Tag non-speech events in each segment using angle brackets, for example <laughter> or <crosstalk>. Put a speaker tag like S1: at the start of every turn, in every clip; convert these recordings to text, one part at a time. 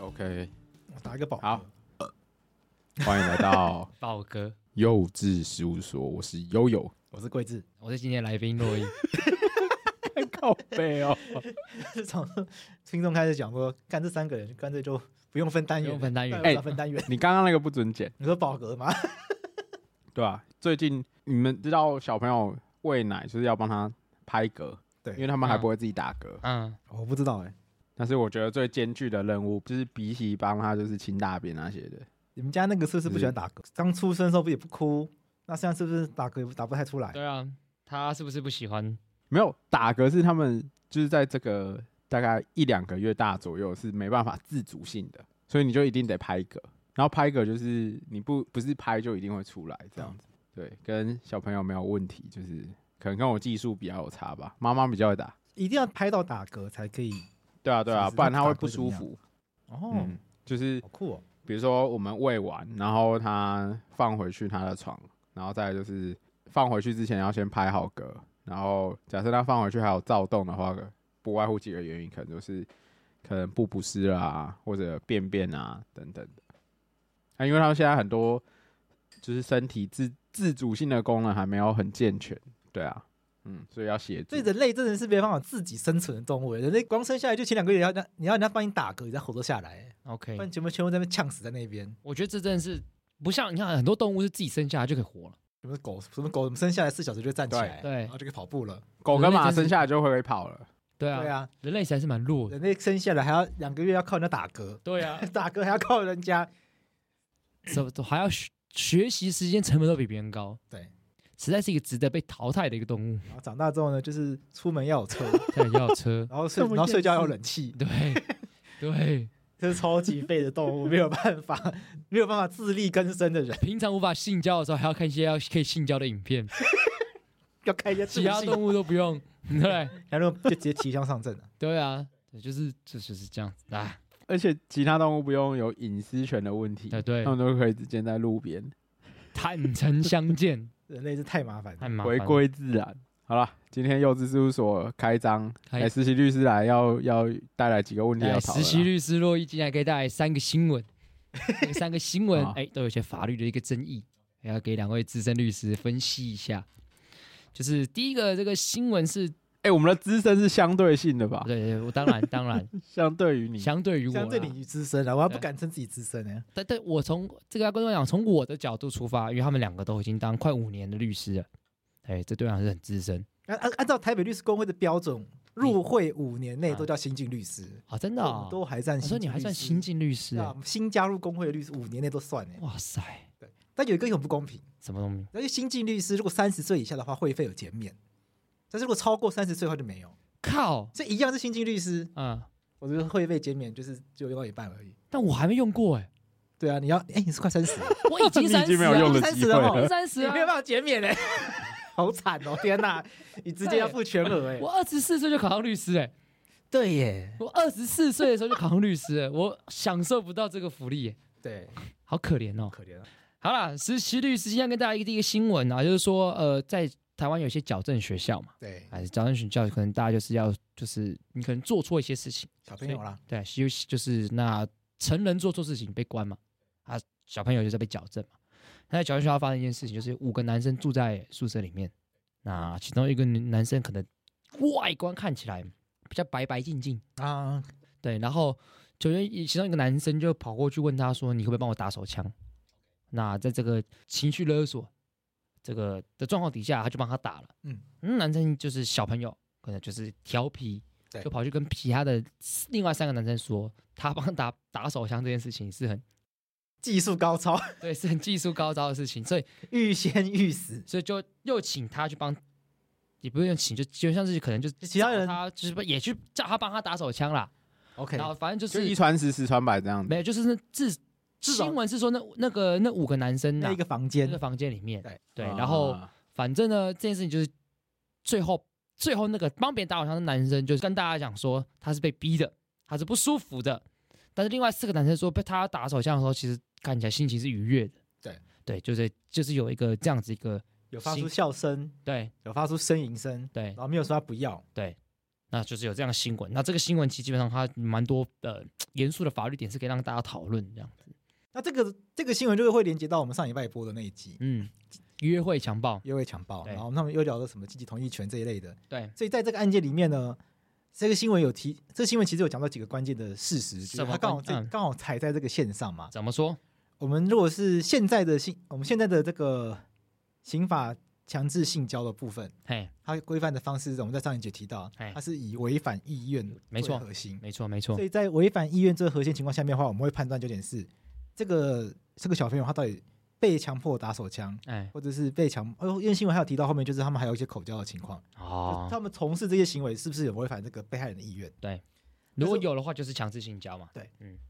S1: OK，
S2: 我打一个饱嗝
S1: 好， <laughs> 欢迎来到
S3: 豹哥，
S1: 幼稚事务所，我是悠悠。
S2: 我是桂智， <laughs>
S3: 我是今天来宾洛伊。
S1: <laughs> 靠背哦，
S2: 从听众开始讲说，干这三个人干脆就不用分单
S3: 不
S2: 元，
S3: 用分单元哎
S2: 对不要分单元。
S1: <laughs> 你刚刚那个不准剪，
S2: 你说饱嗝吗？
S1: 对吧、最近你们知道小朋友喂奶就是要帮他拍嗝，
S2: 对
S1: 因为他们还
S3: 嗯
S1: 不会自己打嗝。
S3: 嗯，
S2: 我不知道哎，
S1: 但是我觉得最艰巨的任务就是比起帮他就是清大便那些的，
S2: 你们家那个是不是不喜欢打嗝？刚出生的时候不也不哭？那现在是不是打嗝也打不太出来？
S3: 对啊，他是不是不喜欢？
S1: 没有打嗝是他们就是在这个大概一两个月大左右是没办法自主性的，所以你就一定得拍嗝，然后拍嗝就是你不不是拍就一定会出来这样子，对，跟小朋友没有问题，就是可能跟我技术比较有差吧，妈妈比较会打，
S2: 一定要拍到打嗝才可以
S1: 对啊对
S2: 是
S1: 啊，
S2: 不是
S1: 不然他
S2: 那
S1: 会
S2: 打嗝
S1: 不
S2: 怎么
S1: 舒
S2: 样
S1: 服，
S2: 哦，
S1: 嗯，就是
S2: 好酷哦。
S1: 比如说我们喂完，然后他放回去他的床，然后再来就是放回去之前要先拍好嗝，然后假设他放回去还有躁动的话，不外乎几个原因，可能就是可能不不湿啊，或者便便啊等等的。啊，因为他们现在很多就是身体自自主性的功能还没有很健全，对啊，嗯，所以要协助
S2: 所以。人类真的是没办法自己生存的动物，欸人类光生下来就前两个月要你要人家帮你打嗝，你才活得下来，欸
S3: OK，
S2: 不然全部全部在那边呛死在那边。
S3: 我觉得这真的是不像你看很多动物是自己生下来就可以活了，
S2: 什么狗什么狗，我们生下来四小时就会站起来，
S3: 对对
S2: 然后就可以跑步了。
S1: 狗跟
S3: 人类
S1: 马
S3: 真是
S1: 生下来就会跑了，
S3: 对
S2: 对啊，
S3: 人类实在是蛮弱的，
S2: 人类生下来还要两个月要靠人家打嗝， <laughs>
S3: 对啊，
S2: 打嗝还要靠人家，
S3: 怎么怎么还要学学习时间成本都比别人高，
S2: 对。
S3: 实在是一个值得被淘汰的一个动物。
S2: 然后长大之后呢，就是出门要有车，
S3: 对，要有
S2: <laughs>
S3: 车，
S2: 然后睡
S1: 这么
S2: 然后
S1: 厌
S2: 睡觉要有
S1: 世
S2: 冷气，
S3: 对对，
S2: 这是超级废的动物，没有办法，没有办法自力更生的人，
S3: 平常无法性交的时候还要看一些要可以性交的影片，
S2: <laughs> 要开一些
S3: 其他
S2: 物，
S3: 动物都不用，对
S2: 然后就直接提枪上阵了。
S3: 对啊，对就是这就是这样子啊，
S1: 而且其他动物不用有隐私权的问题，
S3: 对对
S1: 它，们都可以直接在路边。
S3: 坦诚相见，
S2: 人类是太麻烦了，
S3: <laughs> 太麻烦
S1: 回
S3: 了。
S1: 归自然。好了，今天幼稚事务所开张，
S3: 开
S1: 哎、实习律师来要要带来几个问题要
S3: 哎，
S1: 讨
S3: 实
S1: 论啊。
S3: 习律师洛伊竟然可以带来三个新 <laughs> 闻，这三个新闻
S1: 好
S3: 哎都有一些法律的一个争议，也要给两位资深律师分析一下。就是第一个这个新闻是，
S1: 哎、我们的资深是相对性的吧
S3: 对？对，我当 <laughs> 然当然，
S1: 相对于你，
S3: 啊相对于我啦，
S2: 像这领域资深了，我还不
S3: 对
S2: 敢称自己资深呢。
S3: 但但我从这个要跟观众讲，从我的角度出发，因为他们两个都已经当快五年的律师了，哎，这对我来讲是很资深
S2: 按按按照台北律师公会的标准，入会五年内都叫新进律师，
S3: 啊，嗯真的
S2: 我
S3: 哦
S2: 们。都还算
S3: 我
S2: 新
S3: 说
S2: 进律师。
S3: 你还算新进律师
S2: 对
S3: 哎，
S2: 啊，新加入工会的律师五年内都算呢。
S3: 哇塞，
S2: 但有一个很不公平，
S3: 什么东西？
S2: 那就新进律师如果三十岁以下的话，会费有减免，但是如果超过三十岁的话就没有。
S3: 靠，
S2: 所以一样是新进律师，
S3: 嗯，
S2: 我觉得会费减免就是只有用到一半而已。
S3: 但我还没用过哎，
S2: 对啊，你要哎、你是快三十，
S3: <laughs> 我已经
S1: 你
S3: 三
S1: 已
S3: 十
S1: 经没有用
S3: 了，
S1: 的
S2: 30
S1: 机会
S2: 了
S3: 我已经
S1: 了。
S3: 三十
S2: 你
S3: <laughs> 了
S2: 没有，办法减免嘞、 <laughs> 好惨哦！天哪，你直接要付全额哎、
S3: 我二十四岁就考上律师哎、
S2: 对耶，
S3: 我二十四岁的时候就考上律师、哎，我享受不到这个福利、哎
S2: 对，
S3: 好可怜哦。
S2: 可怜啊。
S3: 好啦，实习律师今天跟大家一个第一个新闻啊，就是说呃，在台湾有一些矫正学校嘛，
S2: 对，
S3: 哎，矫正学校可能大家就是要就是你可能做错一些事情，
S2: 小朋友啦，
S3: 对，休息就是那成人做错事情被关嘛，啊，小朋友就是被矫正嘛。那在矫正学校发生一件事情，就是五个男生住在宿舍里面，那其中一个女男生可能外观看起来比较白白净净，
S2: 啊，
S3: 对，然后就有一其中一个男生就跑过去问他说：“你可不可以帮我打手枪？”那在这个情绪勒索这个的状况底下，他就帮他打了。
S2: 嗯
S3: 嗯，男生就是小朋友，可能就是调皮，
S2: 对
S3: 就跑去跟其他的另外三个男生说，他帮他打打手枪这件事情是很
S2: 技术高超， <laughs>
S3: 对，是很技术高招的事情，所以
S2: 欲仙欲死。
S3: 所以就又请他去帮。也不用请，就就像是可能就
S2: 其他人
S3: 找他就是也去叫他帮他打手枪啦，
S2: OK，
S3: 然后反正就
S1: 就是一传十，十传百这样子
S3: 没。有，就是那至
S2: 至少
S3: 新闻是说那那个那五个男生
S2: 那
S3: 呐、
S2: 一个房
S3: 那
S2: 间
S3: 个，房间里面，
S2: 对
S3: 对，
S1: 啊
S3: 然后反正呢这件事情就是最后最后那个帮别人打手枪的男生就是跟大家讲说他是被逼的，他是不舒服的，但是另外四个男生说被他打手枪的时候，其实看起来心情是愉悦的，
S2: 对
S3: 对，就是就是有一个这样子一个
S2: 有发出笑声，
S3: 对
S2: 有发出呻吟声，
S3: 对
S2: 然后没有说他不要，
S3: 对，那就是有这样的新闻。那这个新闻其实基本上它蛮多呃严肃的法律点是可以让大家讨论这样子。
S2: 那这个这个新闻就是会连接到我们上礼拜播的那一集，
S3: 嗯，约会强暴，
S2: 约会强暴，
S3: 对
S2: 然后他们又聊到什么积极同意权这一类的。
S3: 对，
S2: 所以在这个案件里面呢，这个新闻有提，这个新闻其实有讲到几个关键的事实，就
S3: 什
S2: 是
S3: 么
S2: 它刚好
S3: 关
S2: 这
S3: 嗯
S2: 刚好踩在这个线上嘛。
S3: 怎么说？
S2: 我们如果是现在的性，我们现在的这个刑法强制性交的部分，
S3: 嘿，
S2: 它规范的方式，我们在上一节提到
S3: 哎，
S2: 它是以违反意愿
S3: 没错
S2: 为核心。
S3: 没错没错
S2: 所，以在违反意愿这核心情况下面的话，我们会判断九点四，这个这个小朋友他到底被强迫打手枪，
S3: 哎，
S2: 或者是被强，哦，因为新闻还有提到后面就是他们还有一些口交的情况，就是
S3: 哦，
S2: 他们从事这些行为是不是有违反这个被害人的意愿？
S3: 如果有的话就是强制性交嘛。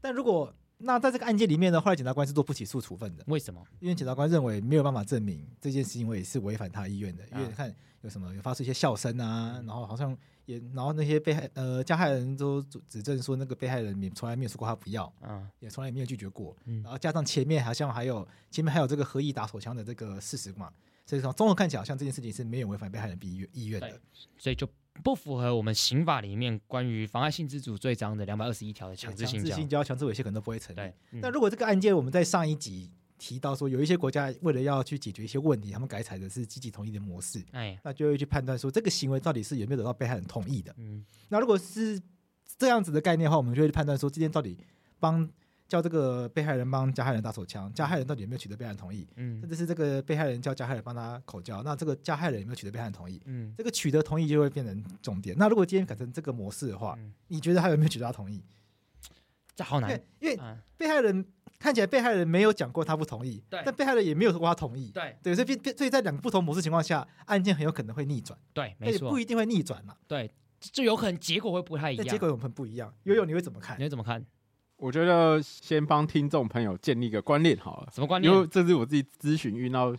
S2: 但如果那在这个案件里面呢，后来检察官是做不起诉处分的，
S3: 为什么？
S2: 因为检察官认为没有办法证明这件行为是违反他意愿的，因为
S3: 啊嗯
S2: 你看有什么有发出一些笑声啊，然后好像也，然后那些被害呃加害人都指指证说那个被害人也从来没有说过他不要，
S3: 嗯，
S2: 也从来没有拒绝过，
S3: 嗯
S2: 然后加上前面好像还有前面还有这个合意打手枪的这个事实嘛，所以说综合看起来好像这件事情是没有违反被害人的意愿意愿的
S3: 对，所以就不符合我们刑法里面关于妨碍性自主罪章的两百二十一条的强制性交。
S2: 交、强制猥亵可能都不会成立
S3: 对。，嗯
S2: 那如果这个案件我们在上一集提到说，有一些国家为了要去解决一些问题，他们改采的是积极同意的模式，
S3: 哎，
S2: 那就会去判断说这个行为到底是有没有得到被害人同意的。
S3: 嗯，
S2: 那如果是这样子的概念的话，我们就会去判断说，今天到底帮叫这个被害人帮加害人打手枪，加害人到底有没有取得被害人同意？
S3: 嗯
S2: 甚至是这个被害人叫加害人帮他口交，那这个加害人有没有取得被害人同意？
S3: 嗯，
S2: 这个取得同意就会变成重点。那如果今天改成这个模式的话，
S3: 嗯
S2: 你觉得他有没有取得他同意？
S3: 这好
S2: 因
S3: 难
S2: 为。因为
S3: 啊，
S2: 被害人看起来被害人没有讲过他不同意，
S3: 对
S2: 但被害人也没有说过他同意，
S3: 对
S2: 对，所以变变所以在两个不同模式情况下，案件很有可能会逆转，
S3: 对，
S2: 但
S3: 没
S2: 也不
S3: 错，
S2: 一定会逆转嘛，
S3: 对，就有可能结果会不太一
S2: 但
S3: 样。嗯
S2: 结果很不一样。悠悠你会怎么看
S3: 你？会怎么看？
S1: 我觉得先帮听众朋友建立一个观念好了，
S3: 什么观念
S1: 因？为这是我自己咨询遇到，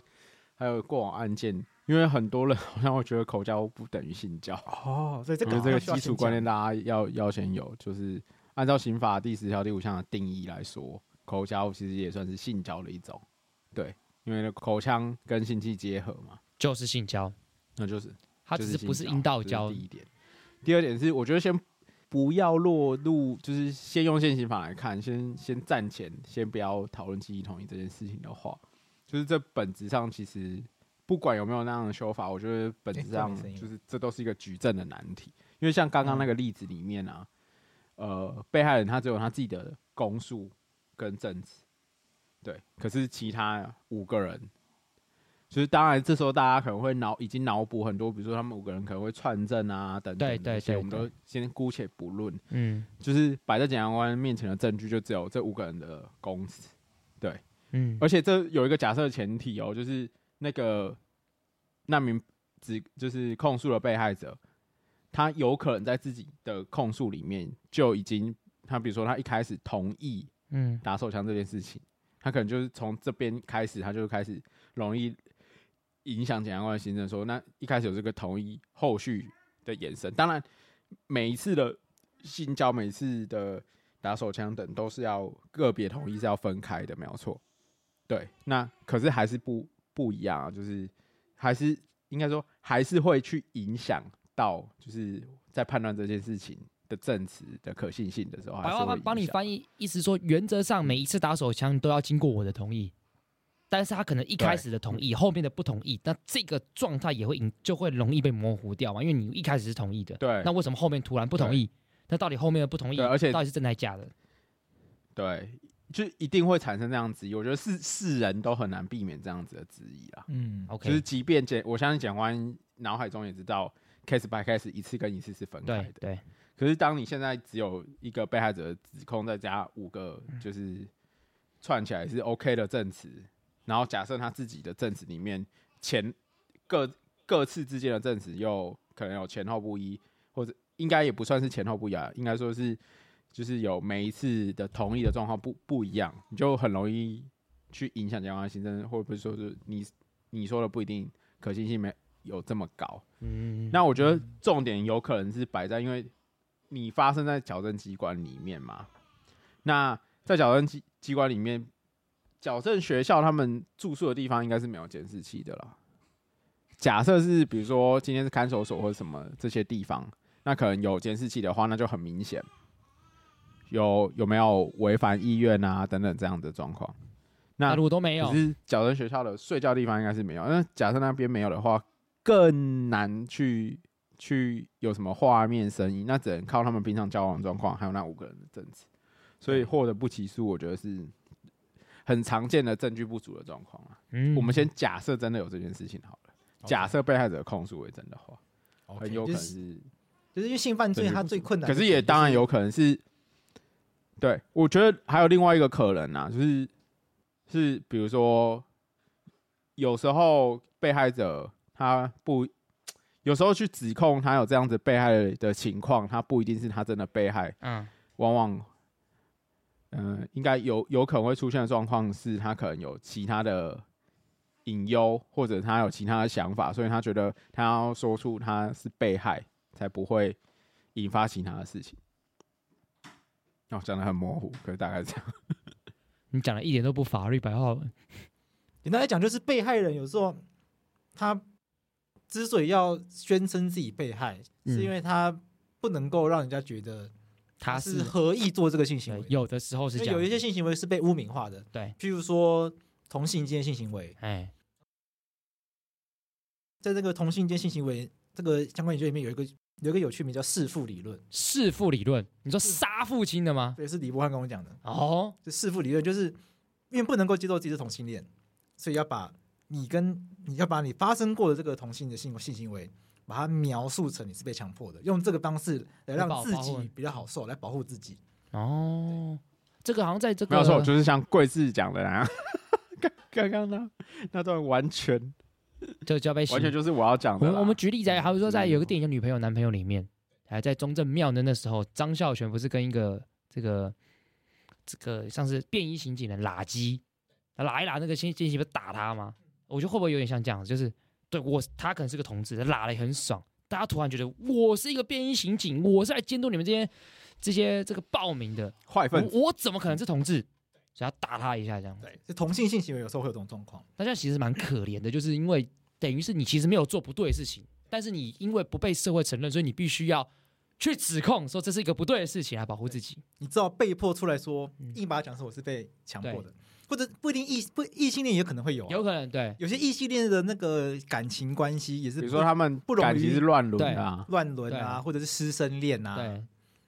S1: 还有过往案件，因为很多人好像会觉得口交不等于性交，
S2: 哦，所以这
S1: 我
S2: 个
S1: 觉得
S2: 好
S1: 这个
S2: 像需要
S1: 基础
S2: 先
S1: 观念
S2: 讲
S1: 大家要要先有，就是按照刑法第十条第五项的定义来说，口交其实也算是性交的一种，对，因为口腔跟性器结合嘛，
S3: 就是性交，
S1: 那就是
S3: 它
S1: 就
S3: 只是不是
S1: 性
S3: 阴道
S1: 这
S3: 交
S1: 第。一点，第二点是我觉得先不要落入，就是先用现行法来看，先先暂前，先不要讨论记忆统一这件事情的话，就是这本质上其实不管有没有那样的修法，我觉得本质上
S2: 诶这样有声音嗯
S1: 就是这都是一个举证的难题，因为像刚刚那个例子里面啊，呃，被害人他只有他自己的供述跟证词，对，可是其他五个人就是当然，这时候大家可能会脑已经脑补很多，比如说他们五个人可能会串证啊等等
S3: 对对
S1: 这些
S3: 对
S1: 我们都先姑且不论，
S3: 嗯
S1: 就是摆在检察官面前的证据就只有这五个人的供词，
S3: 嗯，
S1: 而且这有一个假设前提哦，就是那个那名只就是控诉的被害者，他有可能在自己的控诉里面就已经，他比如说他一开始同意
S3: 嗯
S1: 打手枪这件事情，他可能就是从这边开始，他就开始容易影响检察官的行政说，那一开始有这个同意，后续的延伸，当然每一次的性交，每一次的打手枪等都是要个别同意是要分开的，没有错。对，那可是还是不不一样啊，就是还是应该说还是会去影响到，就是在判断这件事情的证词的可信性的时候，还
S3: 白
S1: 是
S3: 话
S1: 会
S3: 帮帮你
S1: 影响
S3: 翻译，意思说原则上每一次打手枪都要经过我的同意，但是他可能一开始的同意，后面的不同意，那这个状态也会引就会容易被模糊掉嘛，因为你一开始是同意的，
S1: 对
S3: 那为什么后面突然不同意？那到底后面的不同意，
S1: 对而且
S3: 到底是真的还是假的？
S1: 对，就一定会产生这样质疑。我觉得是世人都很难避免这样子的质疑啦。
S2: 嗯，
S3: OK，
S1: 就是即便检，我相信检官脑海中也知道 case by case 一次跟一次是分开
S3: 对
S1: 的。
S3: 对，
S1: 可是当你现在只有一个被害者的指控，再加五个就是串起来是 OK 的证词，然后假设他自己的证词里面前各各次之间的证词又可能有前后不一，或者应该也不算是前后不一啊，应该说是就是有每一次的同意的状况不不一样，你就很容易去影响检察官行政，或者不是说是你你说的不一定可信性没有这么高。
S3: 嗯，
S1: 那我觉得重点有可能是摆在，因为你发生在矫正机关里面嘛。那在矫正机机关里面，矫正学校他们住宿的地方应该是没有监视器的啦。假设是比如说今天是看守所或者什么这些地方，那可能有监视器的话，那就很明显有有没有违反意愿啊等等这样的状况。那
S3: 那如果都没有
S1: 可，是矫正学校的睡觉地方应该是没有，那假设那边没有的话，更难去去有什么画面、声音，那只能靠他们平常交往状况，还有那五个人的证词，所以获得不起诉，我觉得是很常见的证据不足的状况啊。
S3: 嗯
S1: 我们先假设真的有这件事情好了，假设被害者控诉为真的话，
S2: OK，
S1: 很有可
S2: 就
S1: 能
S2: 是
S1: 是
S2: 就是因为性犯罪
S1: 证据
S2: 它
S1: 不
S2: 最困难
S1: 可
S2: 的点就是是，
S1: 也当然有可能是，对我觉得还有另外一个可能啊，就是是比如说，有时候被害者他不，有时候去指控他有这样子被害的情况，他不一定是他真的被害，
S3: 嗯
S1: 往往，嗯、应该有有可能会出现的状况是他可能有其他的隐忧，或者他有其他的想法，所以他觉得他要说出他是被害，才不会引发其他的事情。哦，讲的很模糊，可是大概是这样。
S3: 你讲的一点都不法律白话文，
S2: 简单来讲，就是被害人有时候他之所以要宣称自己被害，
S3: 嗯
S2: 是因为他不能够让人家觉得
S3: 他
S2: 是
S3: 是
S2: 何意做这个性行为
S3: 对。有的时候是
S2: 因为
S3: 这样，
S2: 有一些性行为是被污名化的，
S3: 对，
S2: 譬如说同性间性行为，
S3: 哎，
S2: 在这个同性间性行为这个相关研究里面有一个有一个有趣名叫弑父理论，
S3: 弑父理论，你说杀父亲的吗？
S2: 对，是李伯汉跟我讲的。
S3: 哦，
S2: 就弑父理论，就是因为不能够接受自己是同性恋，所以要把你跟你要把你发生过的这个同性的性性行为，把它描述成你是被强迫的，用这个方式来
S3: 来
S2: 让
S3: 保
S2: 自
S3: 保护
S2: 己比较好受，来保护自己。
S3: 哦，这个好像在这个
S1: 没有错，就是像贵志讲的那样。 <laughs> 刚刚刚那那段完全
S3: 就就要被刑
S1: 完全就是我要讲
S3: 我
S1: 的啦。
S3: 们我们举例啊在，好比说在
S1: 嗯
S3: 有个电影叫《女朋友男朋友》里面，还在中正庙的那时候，张孝全不是跟一个这个这个像是便衣刑警的拉基，拉一拉那个刑刑警不是打他吗？我觉得会不会有点像这样子，就是对我他可能是个同志，他拉的很爽，大家突然觉得我是一个便衣刑警，我是来监督你们这些这些这个暴民的，
S1: 坏
S3: 我
S1: 分子，
S3: 我怎么可能是同志？所以他打他一下这样，
S2: 对，就同性性行为有时候会有这种状况，
S3: 大家其实蛮可怜的，就是因为等于是你其实没有做不对的事情，但是你因为不被社会承认，所以你必须要去指控说这是一个不对的事情来保护自己。
S2: 你知道被迫出来说
S3: 嗯，
S2: 硬把它讲成我是被强迫
S3: 对
S2: 的，或者不一定异不异性恋也可能会有啊、
S3: 有可能对，
S2: 有些异性恋的那个感情关系也是
S1: 比如
S2: 不，
S1: 说他们
S2: 不容
S1: 感情
S2: 于
S1: 是乱伦的啊，
S2: 乱伦
S3: 对啊
S2: 啊，或者是师生恋啊，
S3: 对，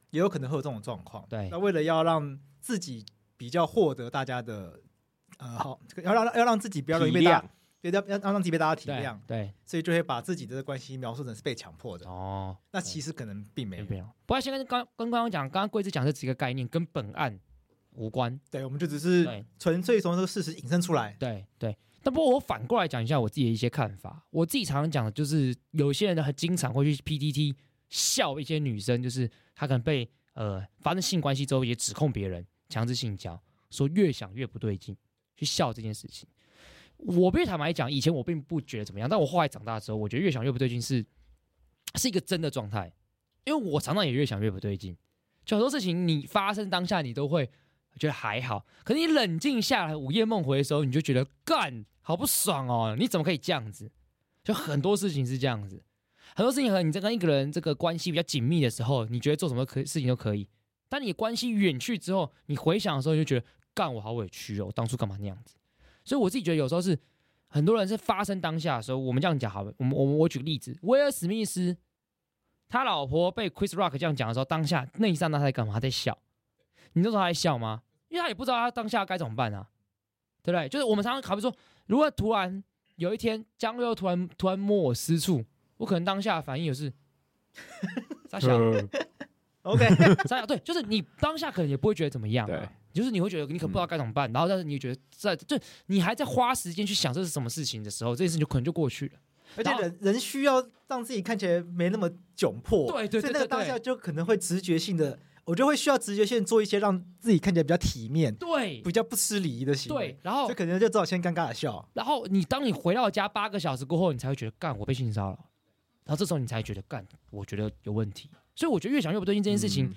S2: 也有可能会有这种状况。
S3: 对
S2: 那为了要让自己比较获得大家的呃好，这个要让要让自己不要容易被
S1: 体
S2: 大
S1: 谅
S2: 家，对要要让自己被大家体
S3: 对
S2: 谅，
S3: 对，
S2: 所以就会把自己的关系描述成是被强迫的。
S3: 哦，
S2: 那其实可能并没有，
S3: 没有。不过先跟刚跟刚刚讲，刚刚贵子讲这几个概念跟本案无关。
S2: 对，我们就只是
S3: 对
S2: 纯粹从这个事实引申出来。
S3: 对对。但不过我反过来讲一下我自己的一些看法。我自己常常讲的就是，有些人呢很经常会去 PTT 笑一些女生，就是她可能被呃发生性关系之后也指控别人强制性交，说越想越不对劲，去笑这件事情。我被坦白讲，以前我并不觉得怎么样，但我后来长大之后，我觉得越想越不对劲是是一个真的状态，因为我常常也越想越不对劲。就很多事情你发生当下，你都会觉得还好，可是你冷静下来，午夜梦回的时候，你就觉得干好不爽哦，你怎么可以这样子？就很多事情是这样子，很多事情和你在跟一个人这个关系比较紧密的时候，你觉得做什么可事情都可以，当你关系远去之后，你回想的时候，你就觉得干我好委屈哦，我当初干嘛那样子？所以我自己觉得有时候是很多人是发生当下的时候，我们这样讲好了，我们我们我举个例子，威尔史密斯他老婆被 Chris Rock 这样讲的时候，当下那一刹那他在干嘛？他在笑，你知道他在笑吗？因为他也不知道他当下该怎么办啊，对不对？就是我们常常考虑说，如果突然有一天江又突然突然摸我私处，我可能当下的反应也是傻笑 <laughs>
S2: OK，
S3: 傻笑，对，就是你当下可能也不会觉得怎么样、啊
S1: 对，
S3: 就是你会觉得你可能不知道该怎么办，然后但是你觉得在就你还在花时间去想这是什么事情的时候，这件事情就可能就过去了。
S2: 而且人人需要让自己看起来没那么窘迫，
S3: 对对对
S2: 所以那个
S3: 对对
S2: 当下就可能会直觉性的，我就会需要直觉性地做一些让自己看起来比较体面、
S3: 对
S2: 比较不失礼仪的行为
S3: 对，，欸哦然后
S2: 就可能就只好先尴尬的笑。
S3: 然后你当你回到家八个小时过后，你才会觉得干我被性骚扰，然后这时候你才觉得干我觉得有问题。所以我觉得越想越不对劲这件事情，
S1: 嗯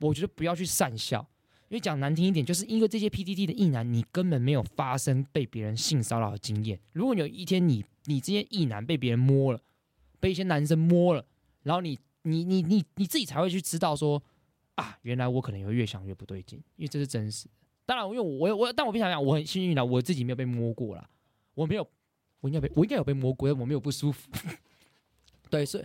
S3: 我觉得不要去善笑，因为讲难听一点，就是因为这些 PDD 的异男，你根本没有发生被别人性骚扰的经验。如果你有一天你你这些异男被别人摸了，被一些男生摸了，然后你你你你你自己才会去知道说啊，原来我可能有越想越不对劲，因为这是真实的。当然，因为我我但我平常讲，我很幸运啦，我自己没有被摸过啦，我没有，我应该被我应该有被摸过，但我没有不舒服。 <laughs> 对，所以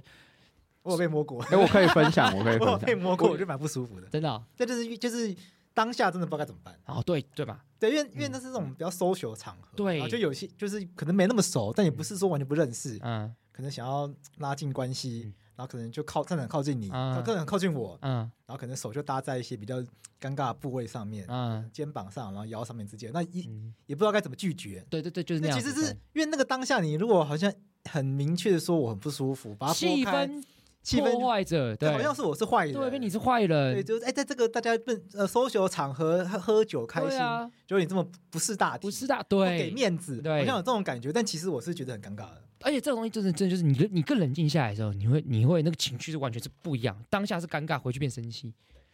S2: 我有被摸过，
S1: <laughs> 哎，我可以分享， <laughs> 我可
S3: <laughs>
S1: 以
S2: 我有
S1: 分
S2: 被
S1: 享。
S2: 摸过，我就蛮不舒服的。
S3: 真的哦，
S2: 这就是就是当下真的不知道该怎么办。
S3: 哦对对吧？
S2: 对，因为因为那是这种比较 social 的场合，
S3: 对
S2: 然后就有些就是可能没那么熟，但也不是说完全不认识，
S3: 嗯
S2: 可能想要拉近关系，
S3: 嗯
S2: 然后可能就靠站长靠近你，
S3: 啊
S2: 站长靠近我，
S3: 嗯
S2: 然后可能手就搭在一些比较尴尬的部位上面，
S3: 嗯
S2: 肩膀上，然后腰上面之间，那一、
S3: 嗯，
S2: 也不知道该怎么拒绝。
S3: 对对对，就是那
S2: 那
S3: 样
S2: 其
S3: 子。
S2: 实是因为那个当下，你如果好像很明确的说我很不舒服，把它拨
S3: 气
S2: 开，
S3: 氛
S2: 气氛
S3: 破坏者，对，
S2: 好像是我是坏人，
S3: 对，被你是坏人
S2: 对，，就是哎，在这个大家认呃 social 场合喝喝酒开
S3: 对
S2: 心，
S3: 啊，
S2: 就你这么不识大体，
S3: 不是大
S2: 不
S3: 对
S2: 给面子，
S3: 对
S2: 好像有这种感觉，但其实我是觉得很尴尬的。
S3: 而且这种东西就是真的就是你你更冷静下来的时候，你会你会那个情绪是完全是不一样，当下是尴尬，回去变生气。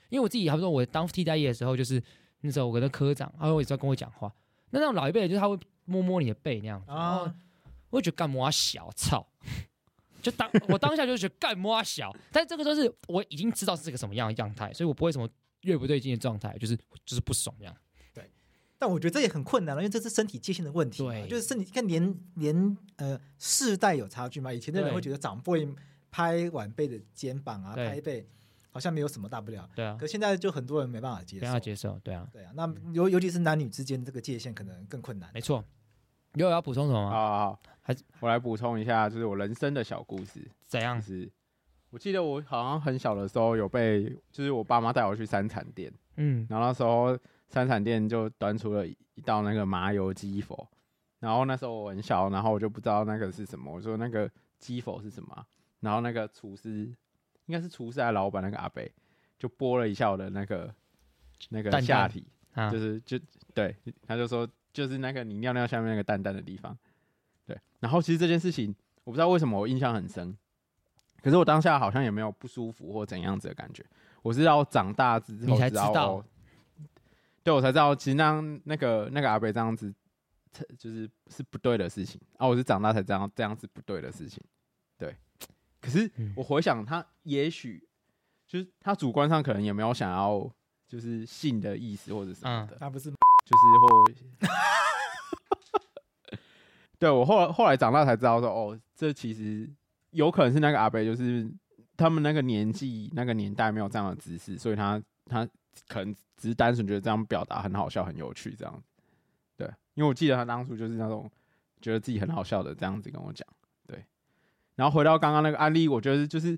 S3: 因为我自己，好比说我当替代役的时候，就是那时候我跟那科长，他会一直在跟我讲话。那那种老一辈的，就是他会摸摸你的背那样子，然后
S2: 啊，
S3: 我就觉得干嘛小操， <laughs> 就当 <laughs> 我当下就觉得干嘛小，但这个都是我已经知道是个什么样的样态，所以我不会什么越不对劲的状态，就是就是不爽这样。
S2: 但我觉得这也很困难了，因为这是身体界限的问题嘛，
S3: 对
S2: 就是身体看连连呃世代有差距嘛，以前的人
S3: 对
S2: 会觉得长辈拍晚辈的肩膀啊，
S3: 对
S2: 拍背好像没有什么大不了，
S3: 对啊，
S2: 可现在就很多人没办法接
S3: 不要
S2: 受。
S3: 接受，对啊，
S2: 对啊，那尤尤其是男女之间这个界限可能更困难
S3: 没。错。你有要补充什么吗？
S1: 啊，好
S3: 还是
S1: 我来补充一下，就是我人生的小故事。就
S3: 怎样？
S1: 是我记得我好像很小的时候有被，就是我爸妈带我去三产店，
S3: 嗯，
S1: 然后那时候三产店就端出了一道那个麻油鸡佛，然后那时候我很小，然后我就不知道那个是什么，我说那个鸡佛是什么啊、然后那个厨师应该是厨师还是老板那个阿伯就拨了一下我的那个那个
S3: 蛋蛋
S1: 下体，
S3: 啊
S1: 就是就对，他就说就是那个你尿尿下面那个蛋蛋的地方，对。然后其实这件事情我不知道为什么我印象很深，可是我当下好像也没有不舒服或怎样子的感觉，我是到长大之后
S3: 你才知道
S1: 哦对我才知道其实那样那个那个阿北这样子。就是是不对的事情啊！我是长大才知道这样是不对的事情，对。可是
S3: 嗯
S1: 我回想，他也许就是他主观上可能也没有想要就是性的意思或者什
S3: 嗯
S1: 么的，
S2: 那不是
S1: 就是或 <laughs> 对我后来后来长大才知道说，哦，这其实有可能是那个阿伯，就是他们那个年纪那个年代没有这样的知识，所以他他可能只是单纯觉得这样表达很好笑、很有趣这样。对，因为我记得他当初就是那种觉得自己很好笑的这样子跟我讲。对，然后回到刚刚那个案例，我觉得就是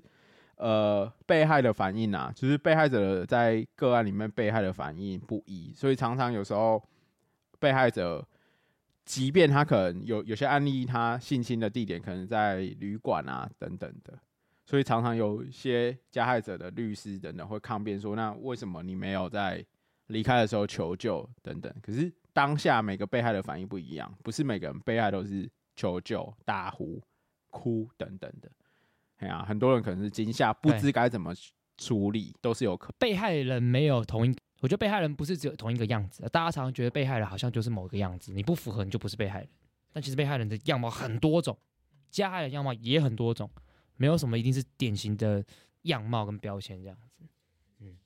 S1: 呃被害的反应啊，就是被害者在个案里面被害的反应不一，所以常常有时候被害者，即便他可能有有些案例，他性侵的地点可能在旅馆啊等等的，所以常常有一些加害者的律师等等会抗辩说，那为什么你没有在离开的时候求救等等？可是当下每个被害的反应不一样，不是每个人被害都是求救、大呼、哭等等的。哎呀、很多人可能是惊吓，不知该怎么处理，都是有可
S3: 被害人没有同一，我觉得被害人不是只有同一个样子，大家常常觉得被害人好像就是某一个样子，你不符合你就不是被害人，但其实被害人的样貌很多种，加害人样貌也很多种，没有什么一定是典型的样貌跟标签这样子。嗯，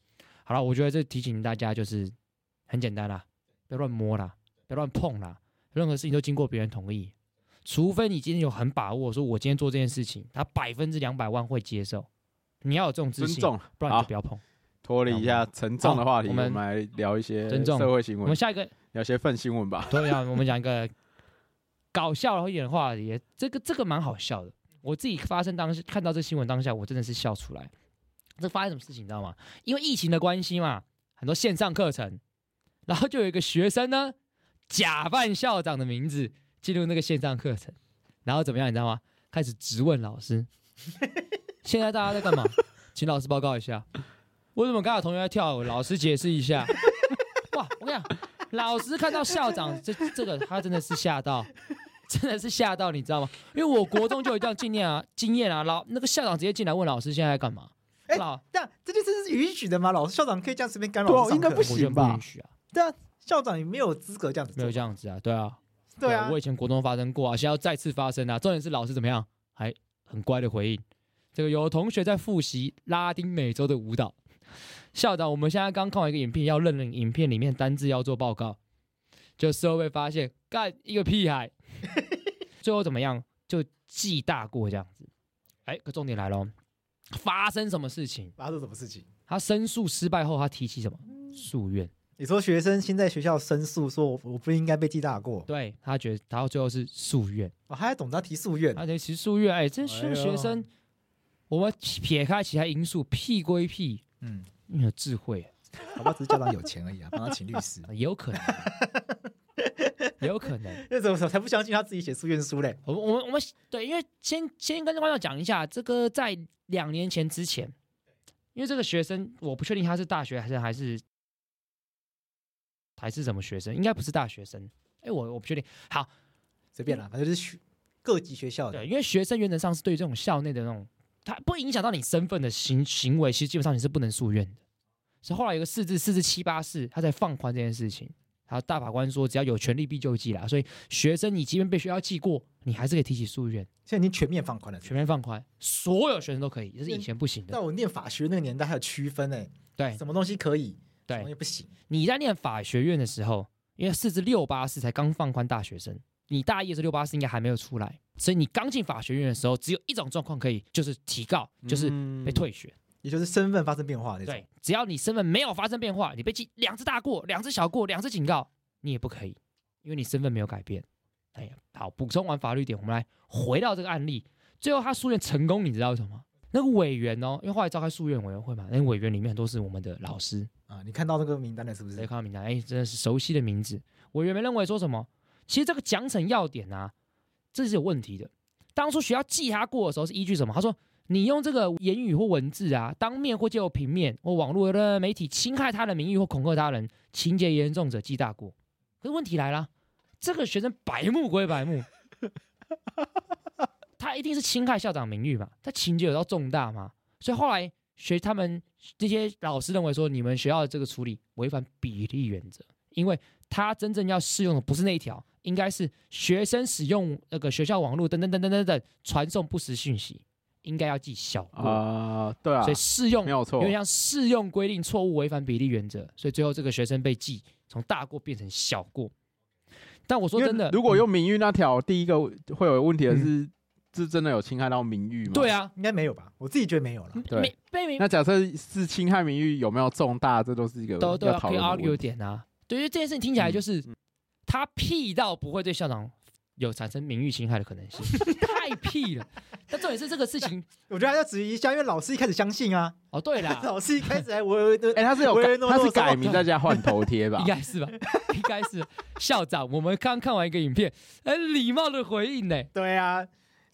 S3: 好了，我觉得这提醒大家就是很简单啦，不要乱摸啦，不要乱碰啦，任何事情都经过别人同意，除非你今天有很把握，说我今天做这件事情，他百分之两百万会接受，你要有这种自
S1: 尊
S3: 信，
S1: 重。
S3: 不然你
S1: 好
S3: 就不要碰。
S1: 脱离一下沉重的话题，
S3: 好
S1: 我
S3: 我们
S1: 们来聊一些
S3: 尊重
S1: 社会新
S3: 我
S1: 闻
S3: 们，下一个，
S1: 聊一些份新闻吧。
S3: 对啊，我们讲一个搞笑一点的话题，这个这个蛮好笑的。我自己发生当时看到这新闻当下，我真的是笑出来。这发生什么事情你知道吗？因为疫情的关系嘛，很多线上课程，然后就有一个学生呢，假扮校长的名字进入那个线上课程，然后怎么样你知道吗？开始质问老师。现在大家在干嘛？请老师报告一下，为什么刚才有同学在跳舞？老师解释一下。哇，我跟你讲，老师看到校长这这个，他真的是吓到， <laughs> 真的是吓到，你知道吗？因为我国中就有一段经验啊， <laughs> 经验啊，老那个校长直接进来问老师现在在干嘛。
S2: 哎
S3: 老
S2: 但这件事是允许的吗？老师校长可以这样随便干扰
S1: 对啊
S2: 老师上课
S1: 应该不
S3: 我觉得
S1: 行
S3: 不
S1: 吧
S3: 允许啊，
S2: 对啊，校长也没有资格这样子做，
S3: 没有这样子啊，对啊，
S2: 对啊
S3: 我，以前国中发生过啊，现在要再次发生啊。重点是老师怎么样，还很乖的回应，这个有同学在复习拉丁美洲的舞蹈。校长，我们现在刚看完一个影片，要认领影片里面单字要做报告，就事后被发现干一个
S2: <laughs>
S3: 屁孩，最后怎么样就记大过这样子。哎，可重点来了，发生什么事情？
S2: 发生什么事情？
S3: 他申诉失败后，他提起什么
S2: 嗯
S3: 诉愿？
S2: 你说学生先在学校申诉，说我我不应该被记大过，
S3: 对他觉得，然后最后是诉愿。
S2: 我、还懂得提诉愿，
S3: 而且其实数月，哎，这
S2: 哎
S3: 些
S2: 呦
S3: 学生，我们撇开其他因素，屁归屁，
S2: 嗯，
S3: 你有智慧、
S2: 好吧，只是家长有钱而已啊，帮他请律师。
S3: 啊，也有可能，也有可能。
S2: <laughs> 那怎么才不相信他自己写诉愿书嘞？
S3: 我们我们我们对，因为先先跟观众讲一下，这个在两年前之前，因为这个学生，我不确定他是大学还是还是还是什么学生，应该不是大学生。哎，我我不确定。好，
S2: 随便啦，反正就是学各级学校的
S3: 嗯对，，因为学生原则上是对这种校内的那种，它不影响到你身份的行行为，其实基本上你是不能诉愿的。是后来有个四至四至七八四，他才放宽这件事情。还有大法官说，只要有权利必救济啦，所以学生你即便被学校记过，你还是可以提起诉愿，
S2: 现在已经全面放宽了。
S3: 全面放宽，所有学生都可以，这是以前不行
S2: 在
S3: 的。
S2: 我念法学那个年代还有区分哎，
S3: 对
S2: 什么东西可以，什么东
S3: 对
S2: 西，不行。
S3: 你在念法学院的时候，因为四至六八四才刚放宽大学生，你大一的时候六八四应该还没有出来，所以你刚进法学院的时候，只有一种状况可以，就是提告，就是
S2: 嗯
S3: 被退学。
S2: 也就是身份发生变化那种
S3: 对。，只要你身份没有发生变化，你被记两只大过、两只小过、两只警告，你也不可以，因为你身份没有改变。哎呀，好，补充完法律点，我们来回到这个案例。最后他诉愿成功，你知道为什么吗？那个委员哦，因为后来召开诉愿委员会嘛，那个委员里面很多是我们的老师，
S2: 啊，你看到那个名单了是不
S3: 谁
S2: 是？
S3: 看到名单？哎，真的是熟悉的名字。委员们认为说什么？其实这个奖惩要点啊，这是有问题的。当初学校记他过的时候是依据什么？他说你用这个言语或文字啊，当面或借由平面或网络的媒体侵害他人名誉或恐吓他人，情节严重者记大过。可是问题来了，这个学生白目归白目，他一定是侵害校长名誉嘛？他情节有到重大吗？所以后来学他们这些老师认为说，你们学校的这个处理违反比例原则，因为他真正要适用的不是那一条，应该是学生使用那个学校网络等等等等等等传送不实讯息，应该要记小过。
S1: 啊，对啊
S3: 所以，适用
S1: 没有错
S3: 有，点像适用规定错误违反比例原则，所以最后这个学生被记从大过变成小过。但我说
S1: 因为
S3: 真的，
S1: 如果
S3: 嗯
S1: 用名誉那条，第一个会有问题的是，是真的有侵害到名誉吗？
S3: 对。啊，
S2: 应该没有吧？我自己觉得没有了。
S1: 对
S3: 没被没
S1: 那假设是侵害名誉有没有重大，这都是一个
S3: 都都
S1: 要
S3: 要
S1: 讨
S3: 可以
S1: 论嗯的
S3: argue
S1: 问题。
S3: 点啊。对，因为这件事情听起来就是、他屁到不会对校长有产生名誉侵害的可能
S1: <laughs>
S3: 性，太屁了。但重点是这个事情
S2: 我觉得还要质疑一下，因为老师一开始相信啊，
S3: 哦，对
S2: <laughs>
S3: 啦，
S2: 老师一开始还唯唯诺
S1: 哎，他是有
S2: 唯
S1: 改
S2: 唯诺诺
S1: 他
S2: 说
S1: 是改名在家换头贴吧
S3: 应？该是吧，应该是校长。我们刚看完一个影片，很礼貌的回应呢。
S2: 对啊，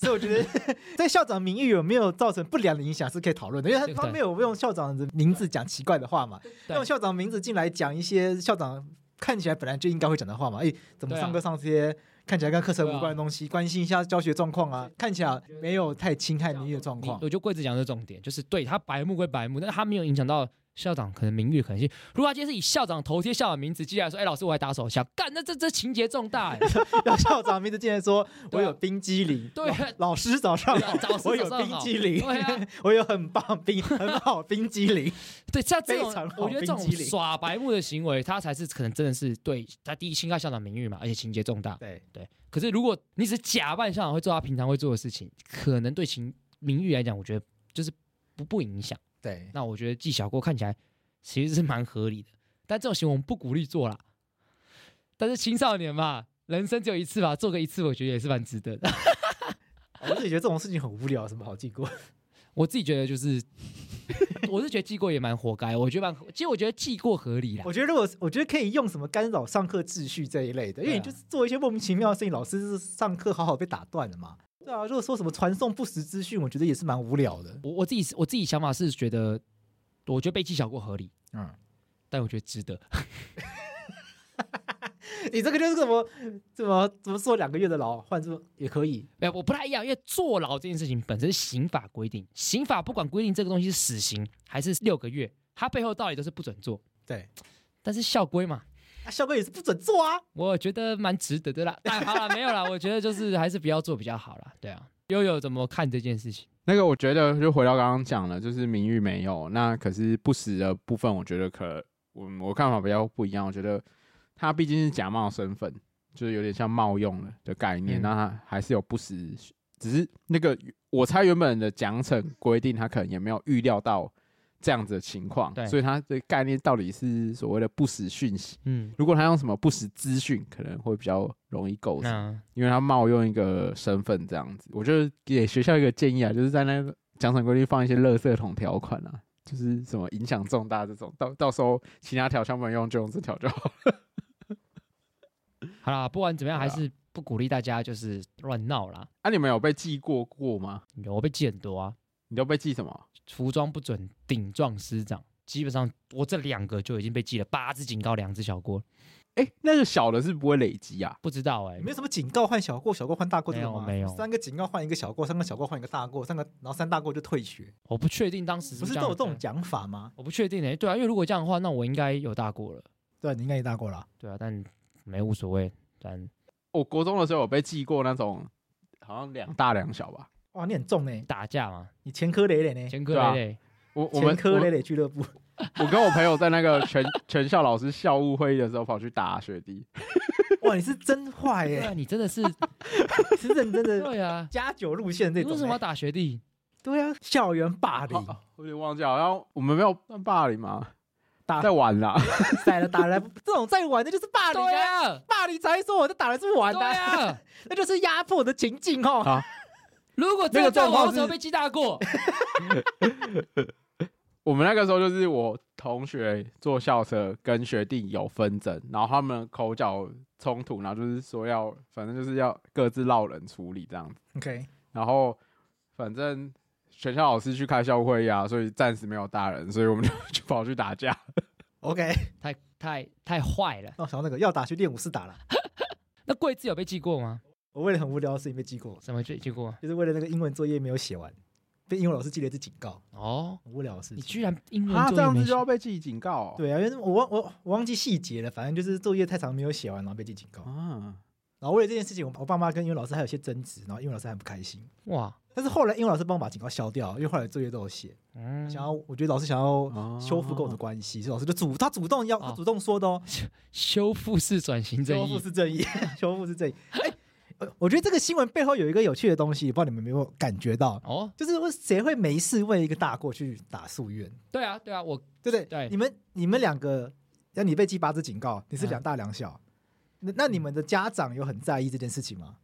S2: 所以我觉
S3: <laughs>
S2: 得在校长名誉有没有造成不良的影响是可以讨论的，因为
S3: 对
S2: 他
S3: 对
S2: 他没有用校长的名字讲奇怪的话嘛，
S3: 对
S2: 用校长名字进来讲一些校长看起来本来就应该会讲的话嘛，哎，怎么
S3: 对啊啊
S2: 上课上这些看起来跟课程无关的东西，关心一下教学状况啊，看起来没有太侵害名誉的状
S3: 你
S2: 况，
S3: 我就贵子讲的重点，就是对他白目归白目，但是他没有影响到校长可能名誉可能性。如果他今天是以校长头贴校长名字进来说，哎、老师我还打手枪，干，那这这情节重大、哎
S2: 用校长名字进来说我
S3: 对啊
S2: 有冰激凌，
S3: 对啊
S2: 老老师早上好
S3: 早早，师
S2: 我有
S3: 早上
S2: 冰
S3: 好
S2: 激凌，
S3: 对啊
S2: <laughs> 我有很棒冰很好冰激凌。
S3: 对，像这种
S2: 非常好
S3: 我觉得这种
S2: 冰激凌
S3: 耍白目的行为，他才是可能真的是对他第一侵害校长名誉嘛，而且情节重大。
S2: 对，
S3: 对，可是如果你只是假扮校长会做他平常会做的事情，可能对情名誉来讲，我觉得就是不不影响。
S2: 对，
S3: 那我觉得纪小过看起来其实是蛮合理的，但这种行为我们不鼓励做啦。但是青少年嘛，人生只有一次吧，做个一次，我觉得也是蛮值得的。 <laughs>
S2: 我自己觉得这种事情很无聊，有什么好记过？
S3: 我自己觉得就是， <laughs> 我是觉得记过也蛮活该，我觉得蛮合，其实我觉得记过合理啦
S2: 我。觉得如果我觉得可以用什么干扰上课秩序这一类的，因为你
S3: 对
S2: 就
S3: 啊
S2: 是做一些莫名其妙的事情，老师是上课好好被打断了嘛。对啊，如果说什么传送不实资讯，我觉得也是蛮无聊的。
S3: 我我自己是我自己想法是觉得，我觉得被纪小过合理，
S2: 嗯，
S3: 但我觉得值得。
S2: <laughs> 你这个就是什么怎么怎么坐两个月的牢，换做也可以。
S3: 没有，我不太一样，因为坐牢这件事情本身是刑法规定，刑法不管规定这个东西是死刑还是六个月，它背后的道理都是不准做。
S2: 对，
S3: 但是校规嘛，
S2: 啊、校规也是不准做啊。 <laughs>
S3: 我觉得蛮值得的啦。但好了，没有啦，我觉得就是还是不要做比较好啦。对啊，悠悠怎么看这件事情？
S1: 那个我觉得就回到刚刚讲了，就是名誉没有，那可是不实的部分，我觉得可我我看法比较不一样。我觉得他毕竟是假冒身份，就是有点像冒用了的概念，
S3: 嗯
S1: 那他还是有不实，只是那个我猜原本的奖惩规定，他可能也没有预料到这样子的情况
S3: 对，
S1: 所以他的概念到底是所谓的不实讯息。
S3: 嗯，
S1: 如果他用什么不实资讯，可能会比较容易构成。
S3: 那
S1: 因为他冒用一个身份这样子。我就给学校一个建议啊，就是在那个奖惩规定放一些垃圾桶条款啊，就是什么影响重大这种，到到时候其他条项不能用，就用这条就好。
S3: 好啦，不管怎么样，
S1: 对
S3: 还
S1: 啊
S3: 是不鼓励大家就是乱闹啦。
S1: 啊，你们有被记过过吗？ <laughs>
S3: 有我被记很多啊，
S1: 你都被记什么？
S3: 服装不准顶撞师长，基本上我这两个就已经被记了八只警告，两只小过。
S1: 哎、那个小的是不会累积啊。
S3: 不知道哎、
S2: 没有什么警告换小过，小过换大过这种吗？
S3: 没有没有
S2: 三个警告换一个小过，三个小过换一个大过，三个然后三大过就退学，
S3: 我不确定当时
S2: 不是
S3: 这
S2: 都
S3: 样
S2: 有这种
S3: 的
S2: 讲法吗？
S3: 我不确定哎、对啊，因为如果这样的话，那我应该有大过了，
S2: 对啊，你应该也大过了啊。
S3: 对啊，但没无所谓，但
S1: 我国中的时候有被记过那种，好像两大两小吧。
S2: 哇，你很重呢，
S3: 打架嘛，
S2: 你前科累累呢，
S3: 前科
S1: 对啊
S3: 累累，
S1: 我我
S2: 前
S1: 们
S2: 科累
S1: 我
S2: 累俱乐 <laughs> 部。
S1: 我跟我朋友在那个全 <laughs> 全校老师校务会议的时候跑去打学弟，
S2: 哇，你是真坏 <laughs>
S3: 对啊，
S2: 耶，
S3: 你真的是
S2: 你是认真的
S3: 对啊，
S2: 加酒路线这
S3: 你
S2: 种
S3: 为什么要
S2: 欸。
S3: 哦打学弟？
S2: 对啊，校园霸凌，
S1: 好哦我有点忘记啊了，然后我们没有算霸凌嘛，
S2: 打
S1: 在玩啦。
S2: 打了打了，这种在玩的就是霸凌
S3: 对
S2: 啊。
S3: 啊，
S2: 霸凌才会说我在打的是玩
S3: 对
S2: 的啊，
S3: 啊，
S2: 那就是压迫的情境哦。
S3: 如果
S1: 那
S3: 这
S1: 个
S3: 在
S1: 状
S3: 我
S1: 况
S3: 为什么
S1: 是
S3: 被记大过？
S1: 我们那个时候就是我同学坐校车跟学弟有纷争，然后他们口角冲突，然后就是说要，反正就是要各自落人处理这样子。
S2: OK，
S1: 然后反正学校老师去开校会议啊，所以暂时没有大人，所以我们就 <laughs> 就跑去打架。
S2: OK，
S3: 太太太坏了。
S2: 哦那我想到那个要打去练武士打了。
S3: 那贵子有被记过吗？
S2: 我为了很无聊的事情被记过，
S3: 什么被记过？
S2: 就是为了那个英文作业没有写完，被英文老师记了一次警告，
S3: 哦，
S2: 很无聊的事
S3: 你
S2: 情。
S3: 居然英文
S1: 啊，
S3: 作
S1: 这
S3: 业
S1: 样
S3: 没
S1: 子
S3: 写
S1: 就要被记警告、哦。
S2: 对啊，因为我忘我我忘记细节了，反正就是作业太长没有写完，然后被记警告。
S1: 啊，
S2: 然后为了这件事情，我我爸妈跟英文老师还有些争执，然后英文老师很不开心。
S3: 哇，
S2: 但是后来英文老师帮我把警告消掉，因为后来作业都有写，
S3: 嗯，
S2: 想要我觉得老师想要
S1: 哦
S2: 修复跟我的关系，所以老师就主他主动要他
S3: 哦
S2: 主动说的哦，
S3: 修复式转型正
S2: 修
S3: 义
S2: 复是正义， <laughs> 修复是正义。哎、呃我觉得这个新闻背后有一个有趣的东西，不知道你们有没有感觉到，
S3: 哦，
S2: 就是为谁会没事为一个大过去打诉愿，
S3: 对啊，对啊，我
S2: 对不对？
S3: 对嗯
S2: 你们你们两个，那你被记八次警告，你是两大两小，那那你们的家长有很在意这件事情吗？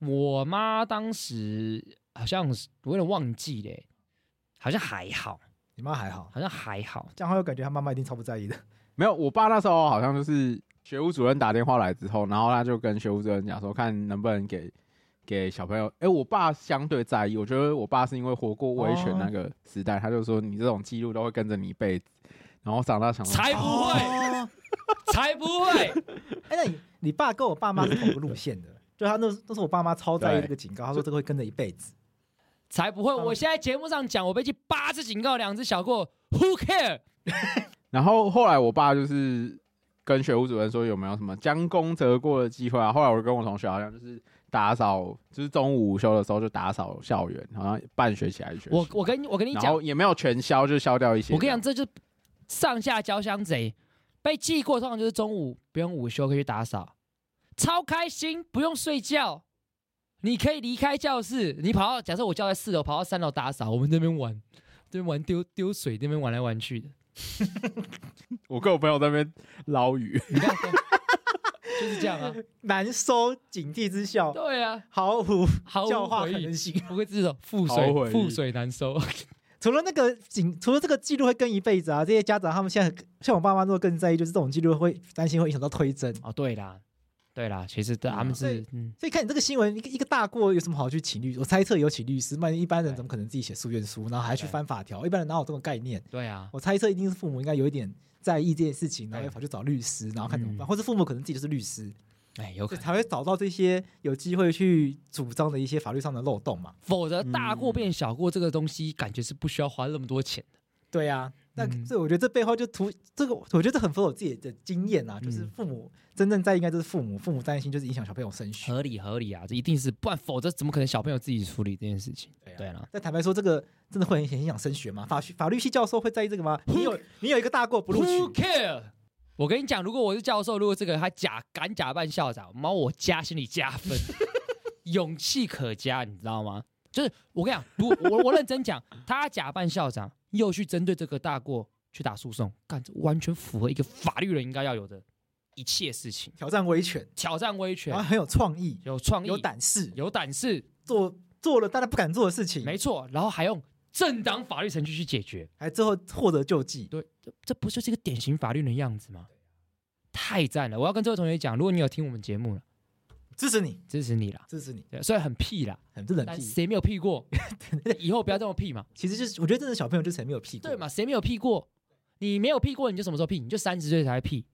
S3: 我妈当时好像是我有点忘记嘞，好像还好，
S2: 你妈还好，
S3: 好像还好，
S2: 江浩又感觉他妈妈一定超不在意的。
S1: 没有，我爸那时候好像就是学务主任打电话来之后，然后他就跟学务主任讲说，看能不能给给小朋友。哎、我爸相对在意，我觉得我爸是因为活过威
S3: 哦
S1: 权那个时代，他就说你这种记录都会跟着你一辈子。然后长大想说，
S3: 才不
S2: <laughs>
S3: 会，
S2: 哦
S3: 才不会，
S2: 哎、那你你爸跟我爸妈是同个路线的，就他那时那时候我爸妈超在意这个警告，他说这个会跟着一辈子。
S3: 才不会！我现在节目上讲，我被记八次警告，两只小过，Who care？
S1: 然后后来我爸就是跟学务主任说有没有什么将功折过的机会啊？后来我跟我同学好像就是打扫，就是中午午休的时候就打扫校园，好像半学期还是学期，
S3: 我我跟你我跟你
S1: 然
S3: 讲，
S1: 后也没有全消，就消掉一些。
S3: 我跟你讲，，这就是上下交相贼。被记过，通常就是中午不用午休可以去打扫，超开心，不用睡觉，你可以离开教室，你跑到假设我教在四楼，跑到三楼打扫，我们这边玩，这边玩丢丢水，那边玩来玩去的，
S1: 我跟我朋友在那边捞鱼。
S3: 你看，就是这样啊，
S2: 难收警惕之效，
S3: 对啊，
S2: 毫无
S3: 毫
S2: 教
S3: 无
S2: 化
S3: 回
S2: 可能
S3: 忆。
S2: 性。
S3: 不会这种覆
S1: 毫无
S3: 水
S1: 回忆
S3: 覆水难收， <laughs>
S2: 除了那个警，除了这个记录会跟一辈子啊，这些家长他们现在像我爸妈，如果更在意，就是这种记录会担心会影响到推甄。
S3: 哦，对啦，对啦，其实他们
S2: 所
S3: 是
S2: 以
S3: 嗯，
S2: 所以看你这个新闻，一个一个大过有什么好去请律？我猜测有请律师，不然一般人怎么可能自己写诉愿书，然后还去
S3: 对
S2: 翻法条？一般人哪有这种概念？
S3: 对啊，
S2: 我猜测一定是父母应该有一点在意这件事情，然后
S3: 对
S2: 要跑去找律师，然后看怎么办，
S3: 嗯
S2: 或者父母可能自己就是律师，
S3: 哎，有
S2: 所
S3: 可
S2: 以
S3: 能，
S2: 才会找到这些有机会去主张的一些法律上的漏洞嘛。
S3: 否则大
S1: 嗯
S3: 过变小过这个东西，感觉是不需要花那么多钱的。
S2: 对呀、但
S3: 嗯
S2: 所以我觉得这背后就图这个，我觉得这很符合我自己的经验啊，就是
S3: 嗯
S2: 父母真正在意应该就是父母，父母担心就是影响小朋友升学。
S3: 合理合理啊，这一定是，不然否则怎么可能小朋友自己处理这件事情？
S2: 对啊
S3: 对啦，
S2: 但坦白说，这个真的会很影响升学吗？法学法律系教授会在意这个吗？你有你有一个大过不录
S3: Who
S2: 取，
S3: care？我跟你讲，如果我是教授，如果这个他假敢假扮校长，妈我加心里加 <laughs> 分，勇气可嘉，你知道吗？就是我跟你讲，如果我我认真讲，他假扮校长又去针对这个大过去打诉讼，干这完全符合一个法律人应该要有的一切事情，
S2: 挑战威权，
S3: 挑战威权
S2: 然后，很有创意，
S3: 啊有创意，
S2: 有胆识，
S3: 有胆识，
S2: 做做了大家不敢做的事情，
S3: 没错，然后还用正当法律程序去解决，
S2: 还最后获得救济。
S3: 对，这这不就是一个典型法律人的样子吗？太赞了！我要跟这位同学讲，如果你有听我们节目了，
S2: 支持你，
S3: 支持你啦。
S2: 支持你，
S3: 对，虽然很屁啦，
S2: 很这冷
S3: 但
S2: 屁。
S3: 谁没有屁过？ <laughs> 以后不要这么屁嘛，
S2: 其实就是我觉得真的小朋友就是还没有屁股，
S3: 对？嘛？谁没有屁过？你没有屁过，你就什么时候屁？你就三十岁才会屁。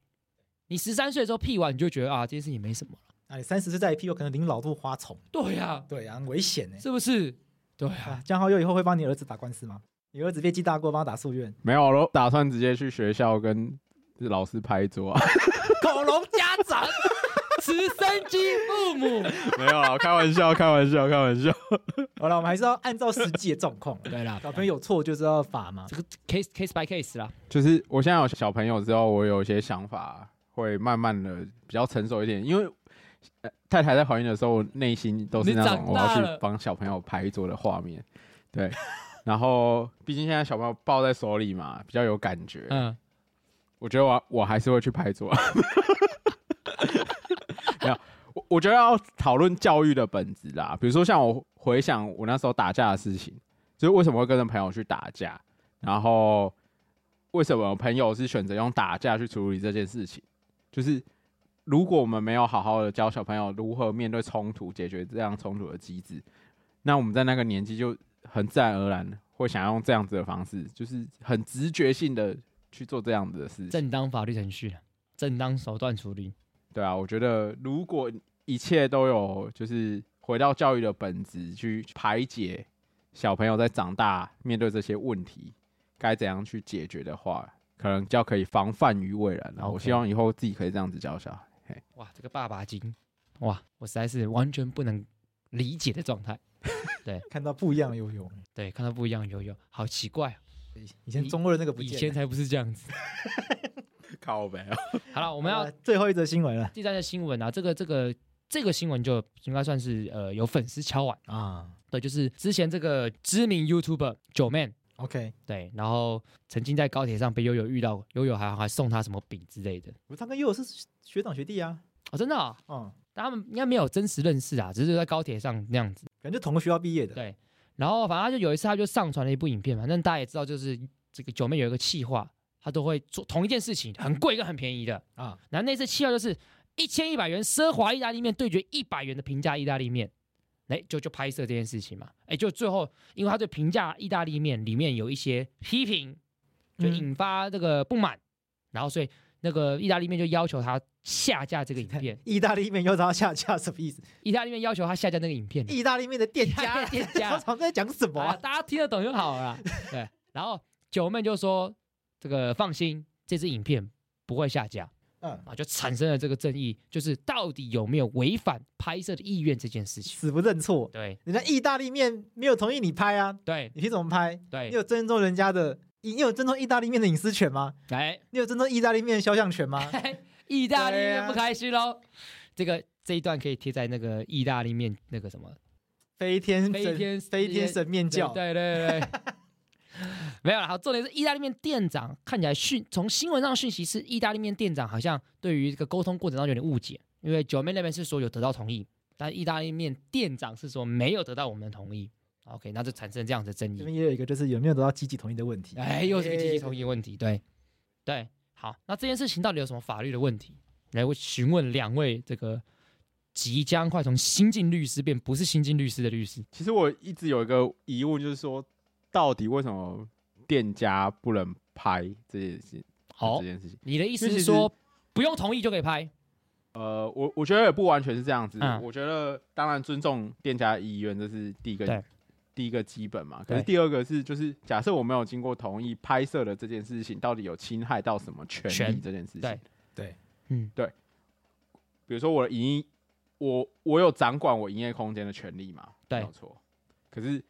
S3: 你十三岁的时候屁完，你就觉得啊，这件事情没什么了。
S2: 啊，你三十岁再一屁股，可能领老杜花丛，
S3: 对呀、
S2: 对啊，很危险呢。
S3: 是不是？对
S2: <laughs>
S3: 啊，
S2: 啊，江浩佑以后会帮你儿子打官司吗？你儿子被记大过，帮他打诉愿，
S1: <laughs>
S2: <laughs>
S1: 没有了，打算直接去学校跟老师拍桌啊。 <laughs>
S3: 恐龙家长， <laughs> 直升机父母，
S1: 没有啊，开玩笑，开玩笑，开玩笑。
S2: 好了，我们还是要按照实际的状况
S3: <laughs> 。对啦，
S2: 小朋友有错就是要罚
S3: <laughs>
S2: 嘛，
S3: <laughs> 这个 case case by case 啦，
S1: 就是我现在有小朋友之后，我有一些想法会慢慢的比较成熟一点，因为、呃太太在怀孕的时候，我内心都是那
S3: 你
S1: 种
S3: 长
S1: 我
S3: 大
S1: 要
S3: 了
S1: 去帮小朋友拍桌的画
S3: <laughs>
S1: 面，对。然后，毕竟现在小朋友抱在手里嘛，比较有感觉。
S3: 嗯，
S1: 我觉得我我还是会去拍桌。没有，我我觉得要讨论教育的本质啦。比如说，像我回想我那时候打架的事情，就是为什么会跟着朋友去打架，然后为什么朋友是选择用打架去处理这件事情，就是。如果我们没有好好的教小朋友如何面对冲突、解决这样冲突的机制，那我们在那个年纪就很自然而然会想要用这样子的方式，就是很直觉性的去做这样子的事情。
S3: 正当法律程序啦，正当手段处理。
S1: 对啊，我觉得如果一切都有就是回到教育的本质去排解小朋友在长大面对这些问题该怎样去解决的话，可能就可以防范于未然了。
S3: OK
S1: 我希望以后自己可以这样子教小孩。
S3: <laughs>
S1: 嘿
S3: 哇，这个爸爸经，哇，我实在是完全不能理解的状态。
S2: 看到不一样的悠悠，
S3: 对，看到不一样的悠悠，好奇怪、啊，
S2: 以前中二的那个不
S3: 以
S2: 见了。
S3: 前才不是这样
S2: <laughs>
S3: 子。
S1: 靠呗、
S3: 好了，我
S2: 我
S3: 们要
S2: 最后一则新闻了
S3: 第三个新闻啊，这个这个这个新闻就应该算是呃有粉丝敲碗，
S2: 啊。
S3: 对，就是之前这个知名 YouTuber 九 man。
S2: OK，
S3: 对，然后曾经在高铁上被悠悠遇到过，悠悠还还送他什么饼之类的
S2: 我他跟悠悠是学长学弟啊，
S3: 哦，真的、哦，
S2: 嗯，
S3: 但他们应该没有真实认识啊，只是在高铁上那样子。
S2: 感觉同个学校毕业的。
S3: 对然后反正他就有一次，他就上传了一部影片，反正大家也知道，就是这个九妹有一个企划，他都会做同一件事情，很贵跟很便宜的
S2: 啊
S3: 啊。然后那次企划就是一千一百元奢华意大利面对决一百元的平价意大利面，哎，就就拍摄这件事情嘛，哎，就最后因为他对平价意大利面里面有一些批评，就
S2: 嗯，
S3: 引发这个不满，然后所以那个意大利面就要求他下架这个影片
S2: 意大利面又到下架什么意思？
S3: 意大利面要求他下架那个影片，
S2: 意大利面的店家，
S3: <laughs> 店
S2: <laughs>
S3: 家
S2: 他常在讲什么
S3: 啊，
S2: 啊？
S3: 大家听得懂就好了
S2: <laughs>
S3: 啦。对，然后九妹就说：“这个放心，这支影片不会下架。”
S2: 嗯，
S3: 啊，就产生了这个争议，就是到底有没有违反拍摄的意愿这件事情。
S2: 死不认错，
S3: 对
S2: 人家意大利面没有同意你拍啊，
S3: 对
S2: 你凭什么拍？你
S3: 对，
S2: 有尊重人家的，你有尊重意大利面的隐私权吗？
S3: 来，
S2: 你有尊重意大利面的肖像
S3: <laughs>
S2: 权吗？
S3: 哎意大利
S2: 对
S3: 面
S2: 啊
S3: 不开心喽。这个这一段可以贴在那个意大利面那个什么
S2: 飞天
S3: 飞
S2: 神
S3: 天
S2: 飞天神面教，
S3: <laughs> 对对对对没有了。好，重点是意大利面店长看起来讯从新闻上的讯息是意大利面店长好像对于这个沟通过程当中有点误解，因为九妹那边是说有得到同意，但意大利面店长是说没有得到我们的同意。OK，那就 <laughs> 产生这样的争 <laughs>
S2: 这
S3: 议。
S2: 边也有一个就是有没有得到积极同意的问题。
S3: 哎，又是个积极同意的问题。对对，好，那这件事情到底有什么法律的问题？来，我询问两位这个即将快从新晋律师变不是新晋律师的律师。
S1: 其实我一直有一个疑问，就是说，到底为什么店家不能拍这件事？
S3: 好
S1: 这，件事情，
S3: 你的意思
S1: 因为
S3: 是
S1: 其实
S3: 说不用同意就可以拍？
S1: 呃，我我觉得也不完全是这样子。
S3: 嗯
S1: 我觉得当然尊重店家的意愿，这是第一个
S3: 对
S1: 第一个基本嘛。可是
S3: 对
S1: 第二个是，就是假设我没有经过同意拍摄的这件事情，到底有侵害到什么权利
S3: 权
S1: 这件事情
S3: 对？
S2: 对，
S3: 嗯，
S1: 比如说我的营业，我我有掌管我营业空间的权利嘛？
S3: 对
S1: 没有错。可是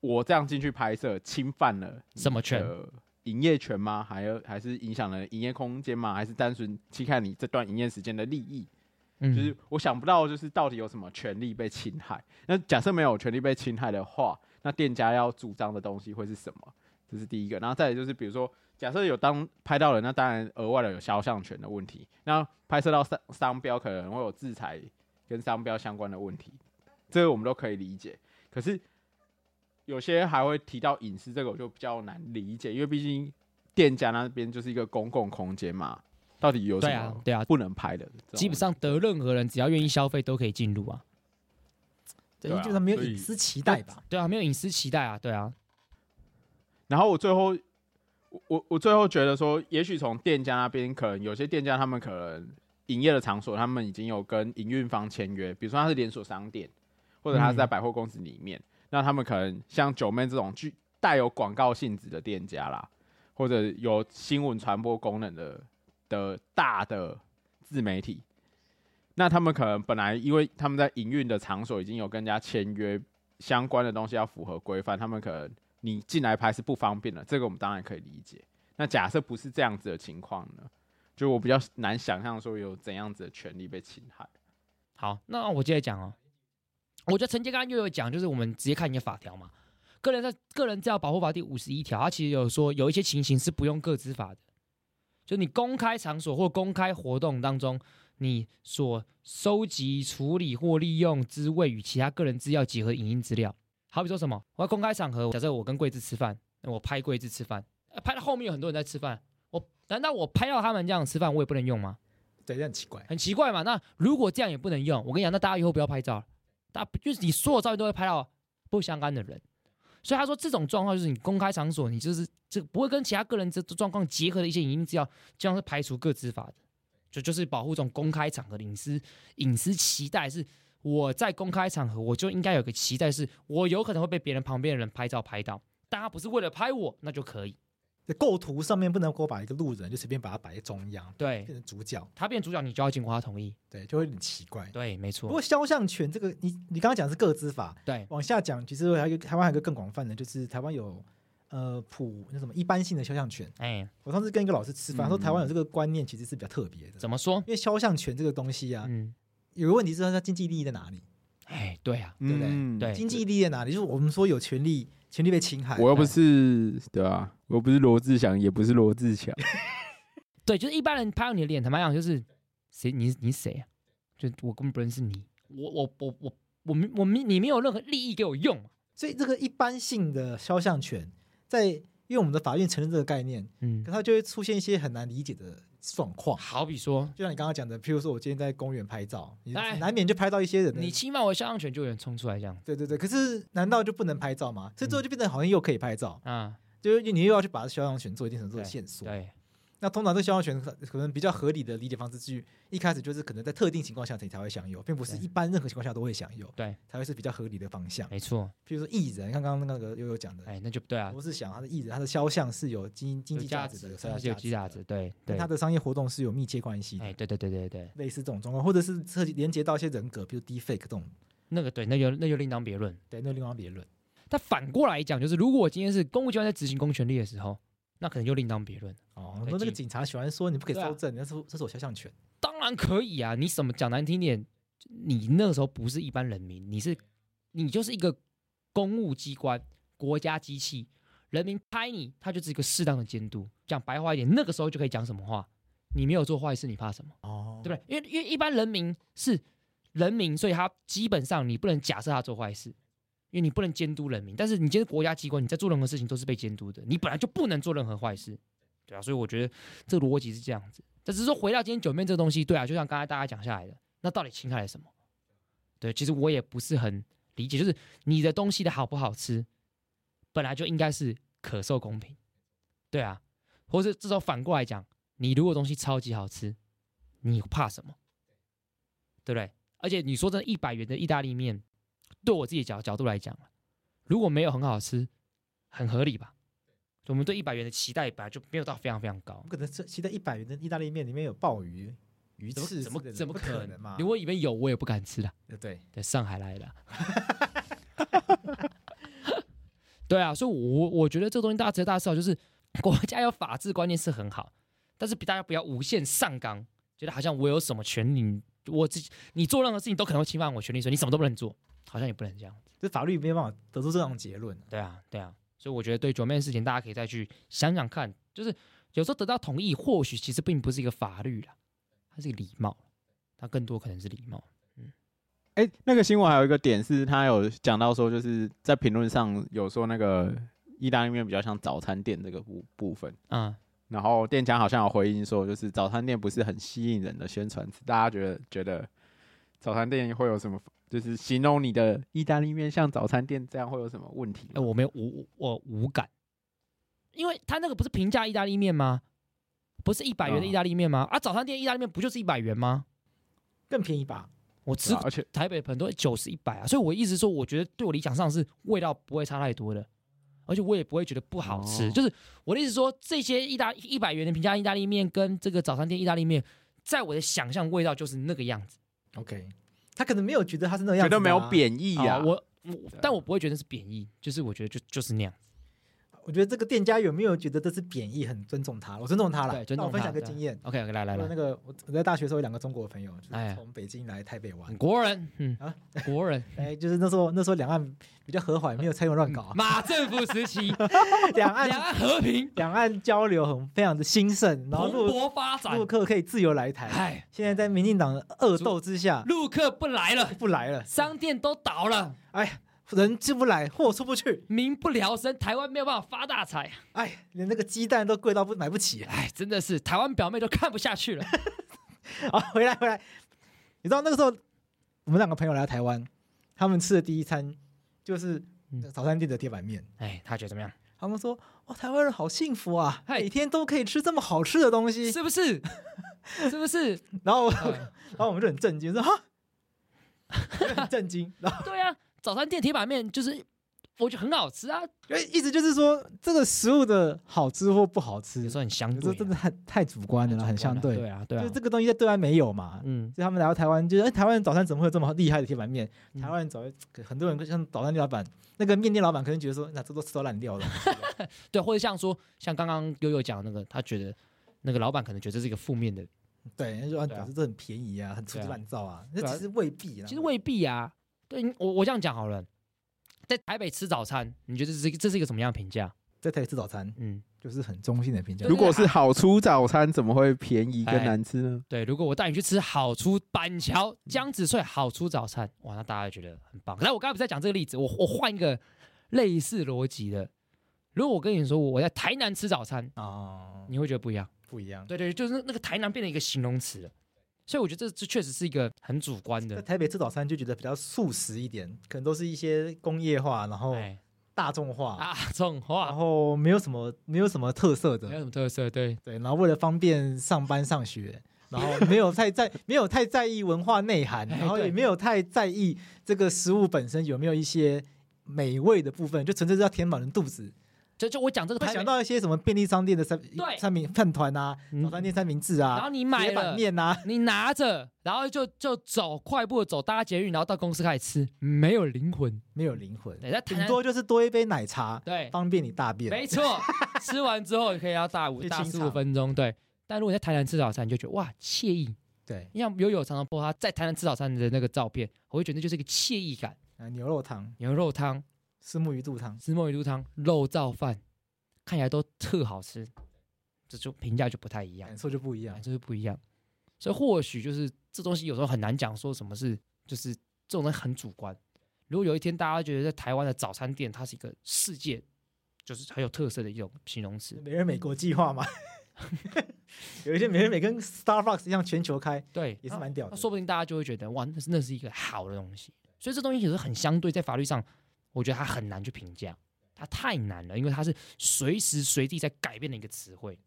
S1: 我这样进去拍摄，侵犯了你
S3: 什么权
S1: 的营业权吗？还有还是影响了营业空间吗？还是单纯期看你这段营业时间的利益？
S3: 嗯，
S1: 就是我想不到，就是到底有什么权利被侵害。那假设没有权利被侵害的话，那店家要主张的东西会是什么？这是第一个。然后再来就是，比如说，假设有当拍到人，那当然额外的有肖像权的问题。那拍摄到商商标，可能会有制裁跟商标相关的问题，这个我们都可以理解。可是有些还会提到隐私，这个我就比较难理解，因为毕竟店家那边就是一个公共空间嘛，到底有什
S3: 对啊
S1: 么
S3: 对啊
S1: 不能拍的？这种
S3: 基本上得任何人只要愿意消费都可以进入啊。
S2: 对，
S1: 对啊
S2: 基本上没有
S1: 所以
S2: 隐私期待吧？
S3: 对啊，没有隐私期待啊，对啊，
S1: 然后我最后，我我我最后觉得说，也许从店家那边，可能有些店家他们可能营业的场所，他们已经有跟营运方签约，比如说他是连锁商店，或者他是在
S3: 嗯
S1: 百货公司里面，那他们可能像九妹这种具带有广告性质的店家啦，或者有新闻传播功能的的大的自媒体。那他们可能本来因为他们在营运的场所已经有跟人家签约，相关的东西要符合规范，他们可能你进来拍是不方便的，这个我们当然可以理解。那假设不是这样子的情况呢？就我比较难想象说有怎样子的权利被侵害。
S3: 好，那我接着讲哦。我觉得陈杰刚刚又有讲，就是我们直接看一个法条嘛，《个人在个人资料保护法》第五十一条，它其实有说有一些情形是不用个资法的，就你公开场所或公开活动当中，你所收集、处理或利用之位与其他个人资料结合影音资料，好比说什么，我在公开场合，假设我跟桂枝吃饭，那我拍桂枝吃饭，呃拍到后面有很多人在吃饭，我难道我拍到他们这样吃饭，我也不能用吗？
S2: 对，这很奇怪。
S3: 很奇怪嘛。那如果这样也不能用，我跟你讲，那大家以后不要拍照了，大家就是你所有照片都会拍到不相干的人。所以他说，这种状况就是你公开场所，你就是这不会跟其他个人这这状况结合的一些影音资料，这样是排除各执法的，就就是保护这种公开场合的隐私隐私期待是。我在公开场合，我就应该有个期待是，我有可能会被别人旁边的人拍照拍到，大家不是为了拍我，那就可以。
S2: 在构图上面不能够把一个路人就随便把他摆在中央，
S3: 对
S2: 变成主角，
S3: 他变主角，你就要经过他同意。
S2: 对，就会有点奇怪。
S3: 对，没
S2: 不
S3: 错
S2: 过。肖像权这个，你你刚刚讲的是个资法，
S3: 对，
S2: 往下讲，其实还有一个台湾还有一个更广泛的，就是台湾有呃普那什么一般性的肖像权。
S3: 哎，
S2: 我上次跟一个老师吃饭，他说
S1: 嗯
S2: 台湾有这个观念其实是比较特别的，
S3: 怎么说？
S2: 因为肖像权这个东西啊，
S3: 嗯，
S2: 有个问题是它的经济利益在哪里？
S3: 哎，对啊，
S2: 对不对
S1: 嗯
S3: 对
S2: 经济利益在哪里？就是我们说有权利，权利被侵害，
S1: 我又不是对啊，我又不是罗志祥，也不是罗志强，
S3: 对，就是一般人拍到你的脸，坦白讲，就是谁你你谁啊？就我根本不认识你，我我我我我没我没你没有任何利益给我用嘛
S2: 所以这个一般性的肖像权，在因为我们的法院承认这个概念，
S3: 嗯
S2: 可，它就会出现一些很难理解的状况。
S3: 好比说
S2: 就像你刚刚讲的，譬如说我今天在公园拍照，你
S3: 哎
S2: 难免就拍到一些人的
S3: 你侵犯我的肖像权，就有人冲出来这样
S2: 对对对，可是难道就不能拍照
S3: 嗯
S2: 吗？所以最后就变成好像又可以拍照，
S3: 啊，
S2: 就是你又要去把肖像权做一定程度的限缩。
S3: 对，
S2: 那通常这肖像权可可能比较合理的理解方式，去一开始就是可能在特定情况下你才会享有，并不是
S3: 对
S2: 一般任何情况下都会享有，
S3: 对，
S2: 才会是比较合理的方向。
S3: 没错，
S2: 譬如说艺人，刚刚那个悠悠讲的，
S3: 哎，那就不对啊，
S2: 罗志祥他的艺人，他的肖像是有经经
S3: 有
S2: 济
S3: 价
S2: 价值
S3: 值
S2: 的，有
S3: 的，
S2: 商业
S3: 是有价值
S2: 的，
S3: 的，对
S2: 跟
S3: 对
S2: 他，的商业活动是有密切关系的。
S3: 哎，对对对对对，
S2: 类似这种状况，或者是涉及连接到一些人格，比如 deepfake 这种，
S3: 那个对，那就那就另当别论。
S2: 对，那另外别论。
S3: 但反过来讲，就是如果我今天是公务机关在执行公权力的时候，那可能就另当别论。
S2: 哦，
S3: 对
S2: 那那个
S3: 进
S2: 警察喜欢说你不可以
S3: 对啊
S2: 搜证，那是这是我肖像权。
S3: 当然可以啊！你怎么讲难听点，你那时候不是一般人民，你是你就是一个公务机关、国家机器，人民拍你，他就是一个适当的监督。讲白话一点，那个时候就可以讲什么话，你没有做坏事，你怕什么？
S2: 哦
S3: 对不对？因为因为一般人民是人民，所以他基本上你不能假设他做坏事，因为你不能监督人民。但是你今天是国家机关，你在做任何事情都是被监督的，你本来就不能做任何坏事，对啊。所以我觉得这个逻辑是这样子。但只是说回到今天九面这个东西，对啊，就像刚才大家讲下来的，那到底侵害了什么？对，其实我也不是很理解，就是你的东西的好不好吃，本来就应该是可受公平，对啊。或是这时候反过来讲，你如果东西超级好吃，你怕什么？对不对？而且你说这一百元的意大利面，对我自己角角度来讲，啊如果没有很好吃，很合理吧？我们对一百元的期待本来就没有到非常非常高
S2: 我，可能吃期待一百元的意大利面里面有鲍鱼、鱼
S3: 怎
S2: 翅之
S3: 么
S2: 类
S3: 怎么
S2: 的，
S3: 怎么
S2: 不
S3: 可
S2: 可
S3: 能
S2: 嘛？
S3: 如果里面有，我也不敢吃啦。
S2: 呃对，
S3: 对，上海来的。对啊，所以我我觉得这个东西大家值得大家知道，就是国家有法治观念是很好，但是大家不要无限上纲，觉得好像我有什么权利，我自己你做任何事情都可能会侵犯我权利，所以你什么都不能做，好像也不能这样。
S2: 这法律没有办法得出这种结论啊。
S3: 对啊，对啊，所以我觉得对九妹的事情，大家可以再去想想看，就是有时候得到同意，或许其实并不是一个法律啦，它是一个礼貌，它更多可能是礼貌。
S1: 哎、那个新闻还有一个点是，他有讲到说，就是在评论上有说那个意大利面比较像早餐店这个部部分，
S3: 啊、
S1: 然后店家好像有回应说，就是早餐店不是很吸引人的宣传词，大家觉得觉得早餐店会有什么？就是形容你的意大利面像早餐店这样会有什么问题
S3: 哎、
S1: 吗？
S3: 我没有，我我我无感，因为他那个不是平价意大利面吗？不是一百
S2: 嗯
S3: 元的意大利面吗？啊，早餐店意大利面不就是一百元吗？
S2: 更便宜吧？
S3: 我
S1: 对
S3: 吃
S1: 啊而且
S3: 台北很多九十一百啊，所以我一直说，我觉得对我理想上是味道不会差太多的，而且我也不会觉得不好吃。
S1: 哦
S3: 就是我的意思说，这些意大一百元的平价意大利面跟这个早餐店意大利面，在我的想象味道就是那个样子。
S2: OK，他可能没有觉得他是那个样
S1: 觉
S2: 子、
S1: 得没有。贬义啊，
S3: 啊我我但我不会觉得是贬义，就是我觉得就就是那样。
S2: 我觉得这个店家有没有觉得这是贬义，很尊重他，我尊重他了。
S3: 对尊
S2: 那
S3: 重
S2: 我分
S3: 他
S2: 享个
S3: 对
S2: 经验，
S3: OK OK，来来
S2: 我
S3: 来
S2: 那，个我我在大学的时候有两个中国朋友，就
S3: 哎呀
S2: 是从北京来台北玩，
S3: 国人，嗯
S2: 啊，
S3: <laughs> 国人，
S2: 哎，就是那时候那时候两岸比较和缓，没有蔡英文乱搞啊，啊
S3: 马政府时 <laughs> 期，
S2: 两
S3: <laughs>
S2: 岸
S3: 两岸和平，
S2: 两岸交流很非常的兴盛，然后
S3: 蓬
S2: 陆
S3: 勃发展
S2: 陆。客可以自由来台。
S3: 哎，
S2: 现在在民进党的恶斗之下，
S3: 陆客不来了，
S2: 不来了，
S3: 商店都倒了，
S2: 哎，人进不来，货出不去，
S3: 民不聊生，台湾没有办法发大财。
S2: 哎，连那个鸡蛋都贵到不买不起。 <laughs>
S3: 哎，真的是台湾表妹都看不下去了。
S2: 好，哦回来回来，你知道那个时候我们两个朋友来到台湾，他们吃的第一餐就是
S3: 嗯
S2: 早餐店的铁板面。
S3: <laughs> 哎，他觉得怎么样？
S2: 他们说：“哦，台湾人好幸福啊，
S3: 嗨
S2: 每天都可以吃这么好吃的东西。
S3: <laughs> 是不是？ <laughs> 是不是？”
S2: 然后我，
S3: 哎
S2: <laughs> 然后我们就很震惊，说：“哈，很震
S3: <laughs>
S2: 惊。”然后，
S3: <laughs> 对啊，早餐店铁板面就是，我觉得很好吃啊，
S2: 因为意思就是说，这个食物的好吃或不好吃
S3: 有，时候很相
S2: 这
S3: 对啊，
S2: 真的太太主观了啦，很相
S3: 对啊，对啊
S2: 就，这个东西在对岸没有嘛，
S3: 嗯，
S2: 就他们来到台湾，就是、哎台湾人早餐怎么会有这么厉害的铁板面？
S3: 嗯
S2: 台湾人早很多人像早餐店老板，那个面店老板可能觉得说，那这都吃到烂掉了。 <laughs>
S3: 对，或者像说，像刚刚悠悠讲的那个，他觉得那个老板可能觉得这是一个负面的，
S2: 对，那就按
S3: 对啊
S2: 表示这很便宜啊，很粗制
S3: 对啊
S2: 滥造啊。那
S3: 对啊
S2: 其实未必啦，
S3: 其实未必啊。对我我这样讲好了，在台北吃早餐，你觉得这是这是一个什么样的评价？
S2: 在台北吃早餐
S3: 嗯，
S2: 就是很中性的评价
S3: 对。
S1: 如果是好出早餐，怎么会便宜
S3: 哎
S1: 跟难吃呢？
S3: 对，如果我带你去吃好出板
S2: 嗯
S3: 桥江子翠好出早餐，哇，那大家觉得很棒。但我刚才不是在讲这个例子，我我换一个类似逻辑的。如果我跟你说我在台南吃早餐，
S2: 哦，
S3: 你会觉得不一样。
S2: 不一样。
S3: 对对，就是那那个台南变成一个形容词了。所以我觉得这这确实是一个很主观
S2: 在 <laughs>
S3: 的。
S2: 台北吃早餐就觉得比较素食一点，可能都是一些工业化，然后
S3: 哎，
S2: 大众化，
S3: 啊，这种
S2: 然
S3: 话
S2: 后没有什么没有什么特色
S3: 没有
S2: 的，
S3: 什么特色，对
S2: 对。然后为了方便上班上学，然
S3: <laughs>
S2: 后没有太在没有太在意文化内涵，
S3: 哎
S2: 然后也
S3: 对
S2: 没有太在意这个食物本身有没有一些美味的部分，就纯粹是要填满人肚子。
S3: 就就我讲这个
S2: 会
S3: 台
S2: 想
S3: 北，
S2: 到一些什么便利商店的三
S3: 对
S2: 三明饭团啊，
S3: 嗯
S2: 早餐店三明治啊，
S3: 然后你买
S2: 铁
S3: 了
S2: 板面啊， <laughs>
S3: 你拿着，然后就就走，快步地走搭捷运，然后到公司开始吃，没有灵魂。
S2: 没有灵魂，
S3: 对，在台
S2: 顶
S3: 南
S2: 多就是多一杯奶茶，
S3: <laughs> 对，
S2: 方便你大便。
S3: 没错，吃完之后可以要大五
S2: 去
S3: 大
S2: 清
S3: 十五
S2: 场
S3: 分钟，对。但如果你在台南吃早餐，你就觉得哇惬意。
S2: 对，
S3: 你像友友常常 po 他在台南吃早餐的那个照片，我会觉得那就是一个惬意感。
S2: 啊，牛肉汤、
S3: 牛肉汤、
S2: 石目鱼肚汤，
S3: 石墨鱼肚汤、肉燥饭，看起来都特好吃，这就评价就不太一样
S2: 感，受就不一样
S3: 感。受就啊不一样。所以或许就是这东西有时候很难讲说什么是，就是这种东西很主观。如果有一天大家觉得在台湾的早餐店，它是一个世界，就是很有特色的一种形容词，
S2: 每人美国计划嘛， <laughs> 有一些每人美跟 Starbucks 一样全球开，
S3: 对，
S2: 也是
S3: 那
S2: 蛮屌的
S3: 那哦说不定大家就会觉得，哇，那是那是一个好的东西。所以这东西也是很相对，在法律上，我觉得它很难去评价，它太难了，因为它是随时随地在改变的一个词汇。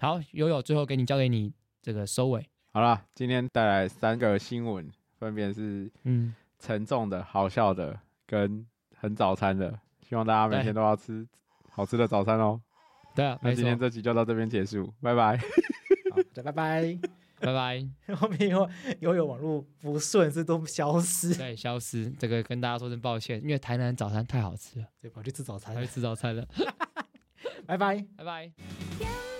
S3: 好，悠悠，最后给你交给你这个收尾。
S1: 好啦，今天带来三个新闻，分别是
S3: 嗯，
S1: 沉重的、好笑的跟很早餐的。希望大家每天都要吃好吃的早餐哦。
S3: 对啊，
S1: 那
S3: 没
S1: 今
S3: 错，
S1: 天这集就到这边结束，拜拜。
S2: 好，再拜拜。 <laughs>
S3: 拜拜。
S2: 后面以后以后有网络不顺，这都消失。
S3: 对，消失，这个跟大家说声抱歉，因为台南早餐太好吃了，哎
S2: 对，跑去吃早餐
S3: 还会
S2: 了，
S3: 吃早餐了，
S2: 拜拜。
S3: 拜拜。
S4: 天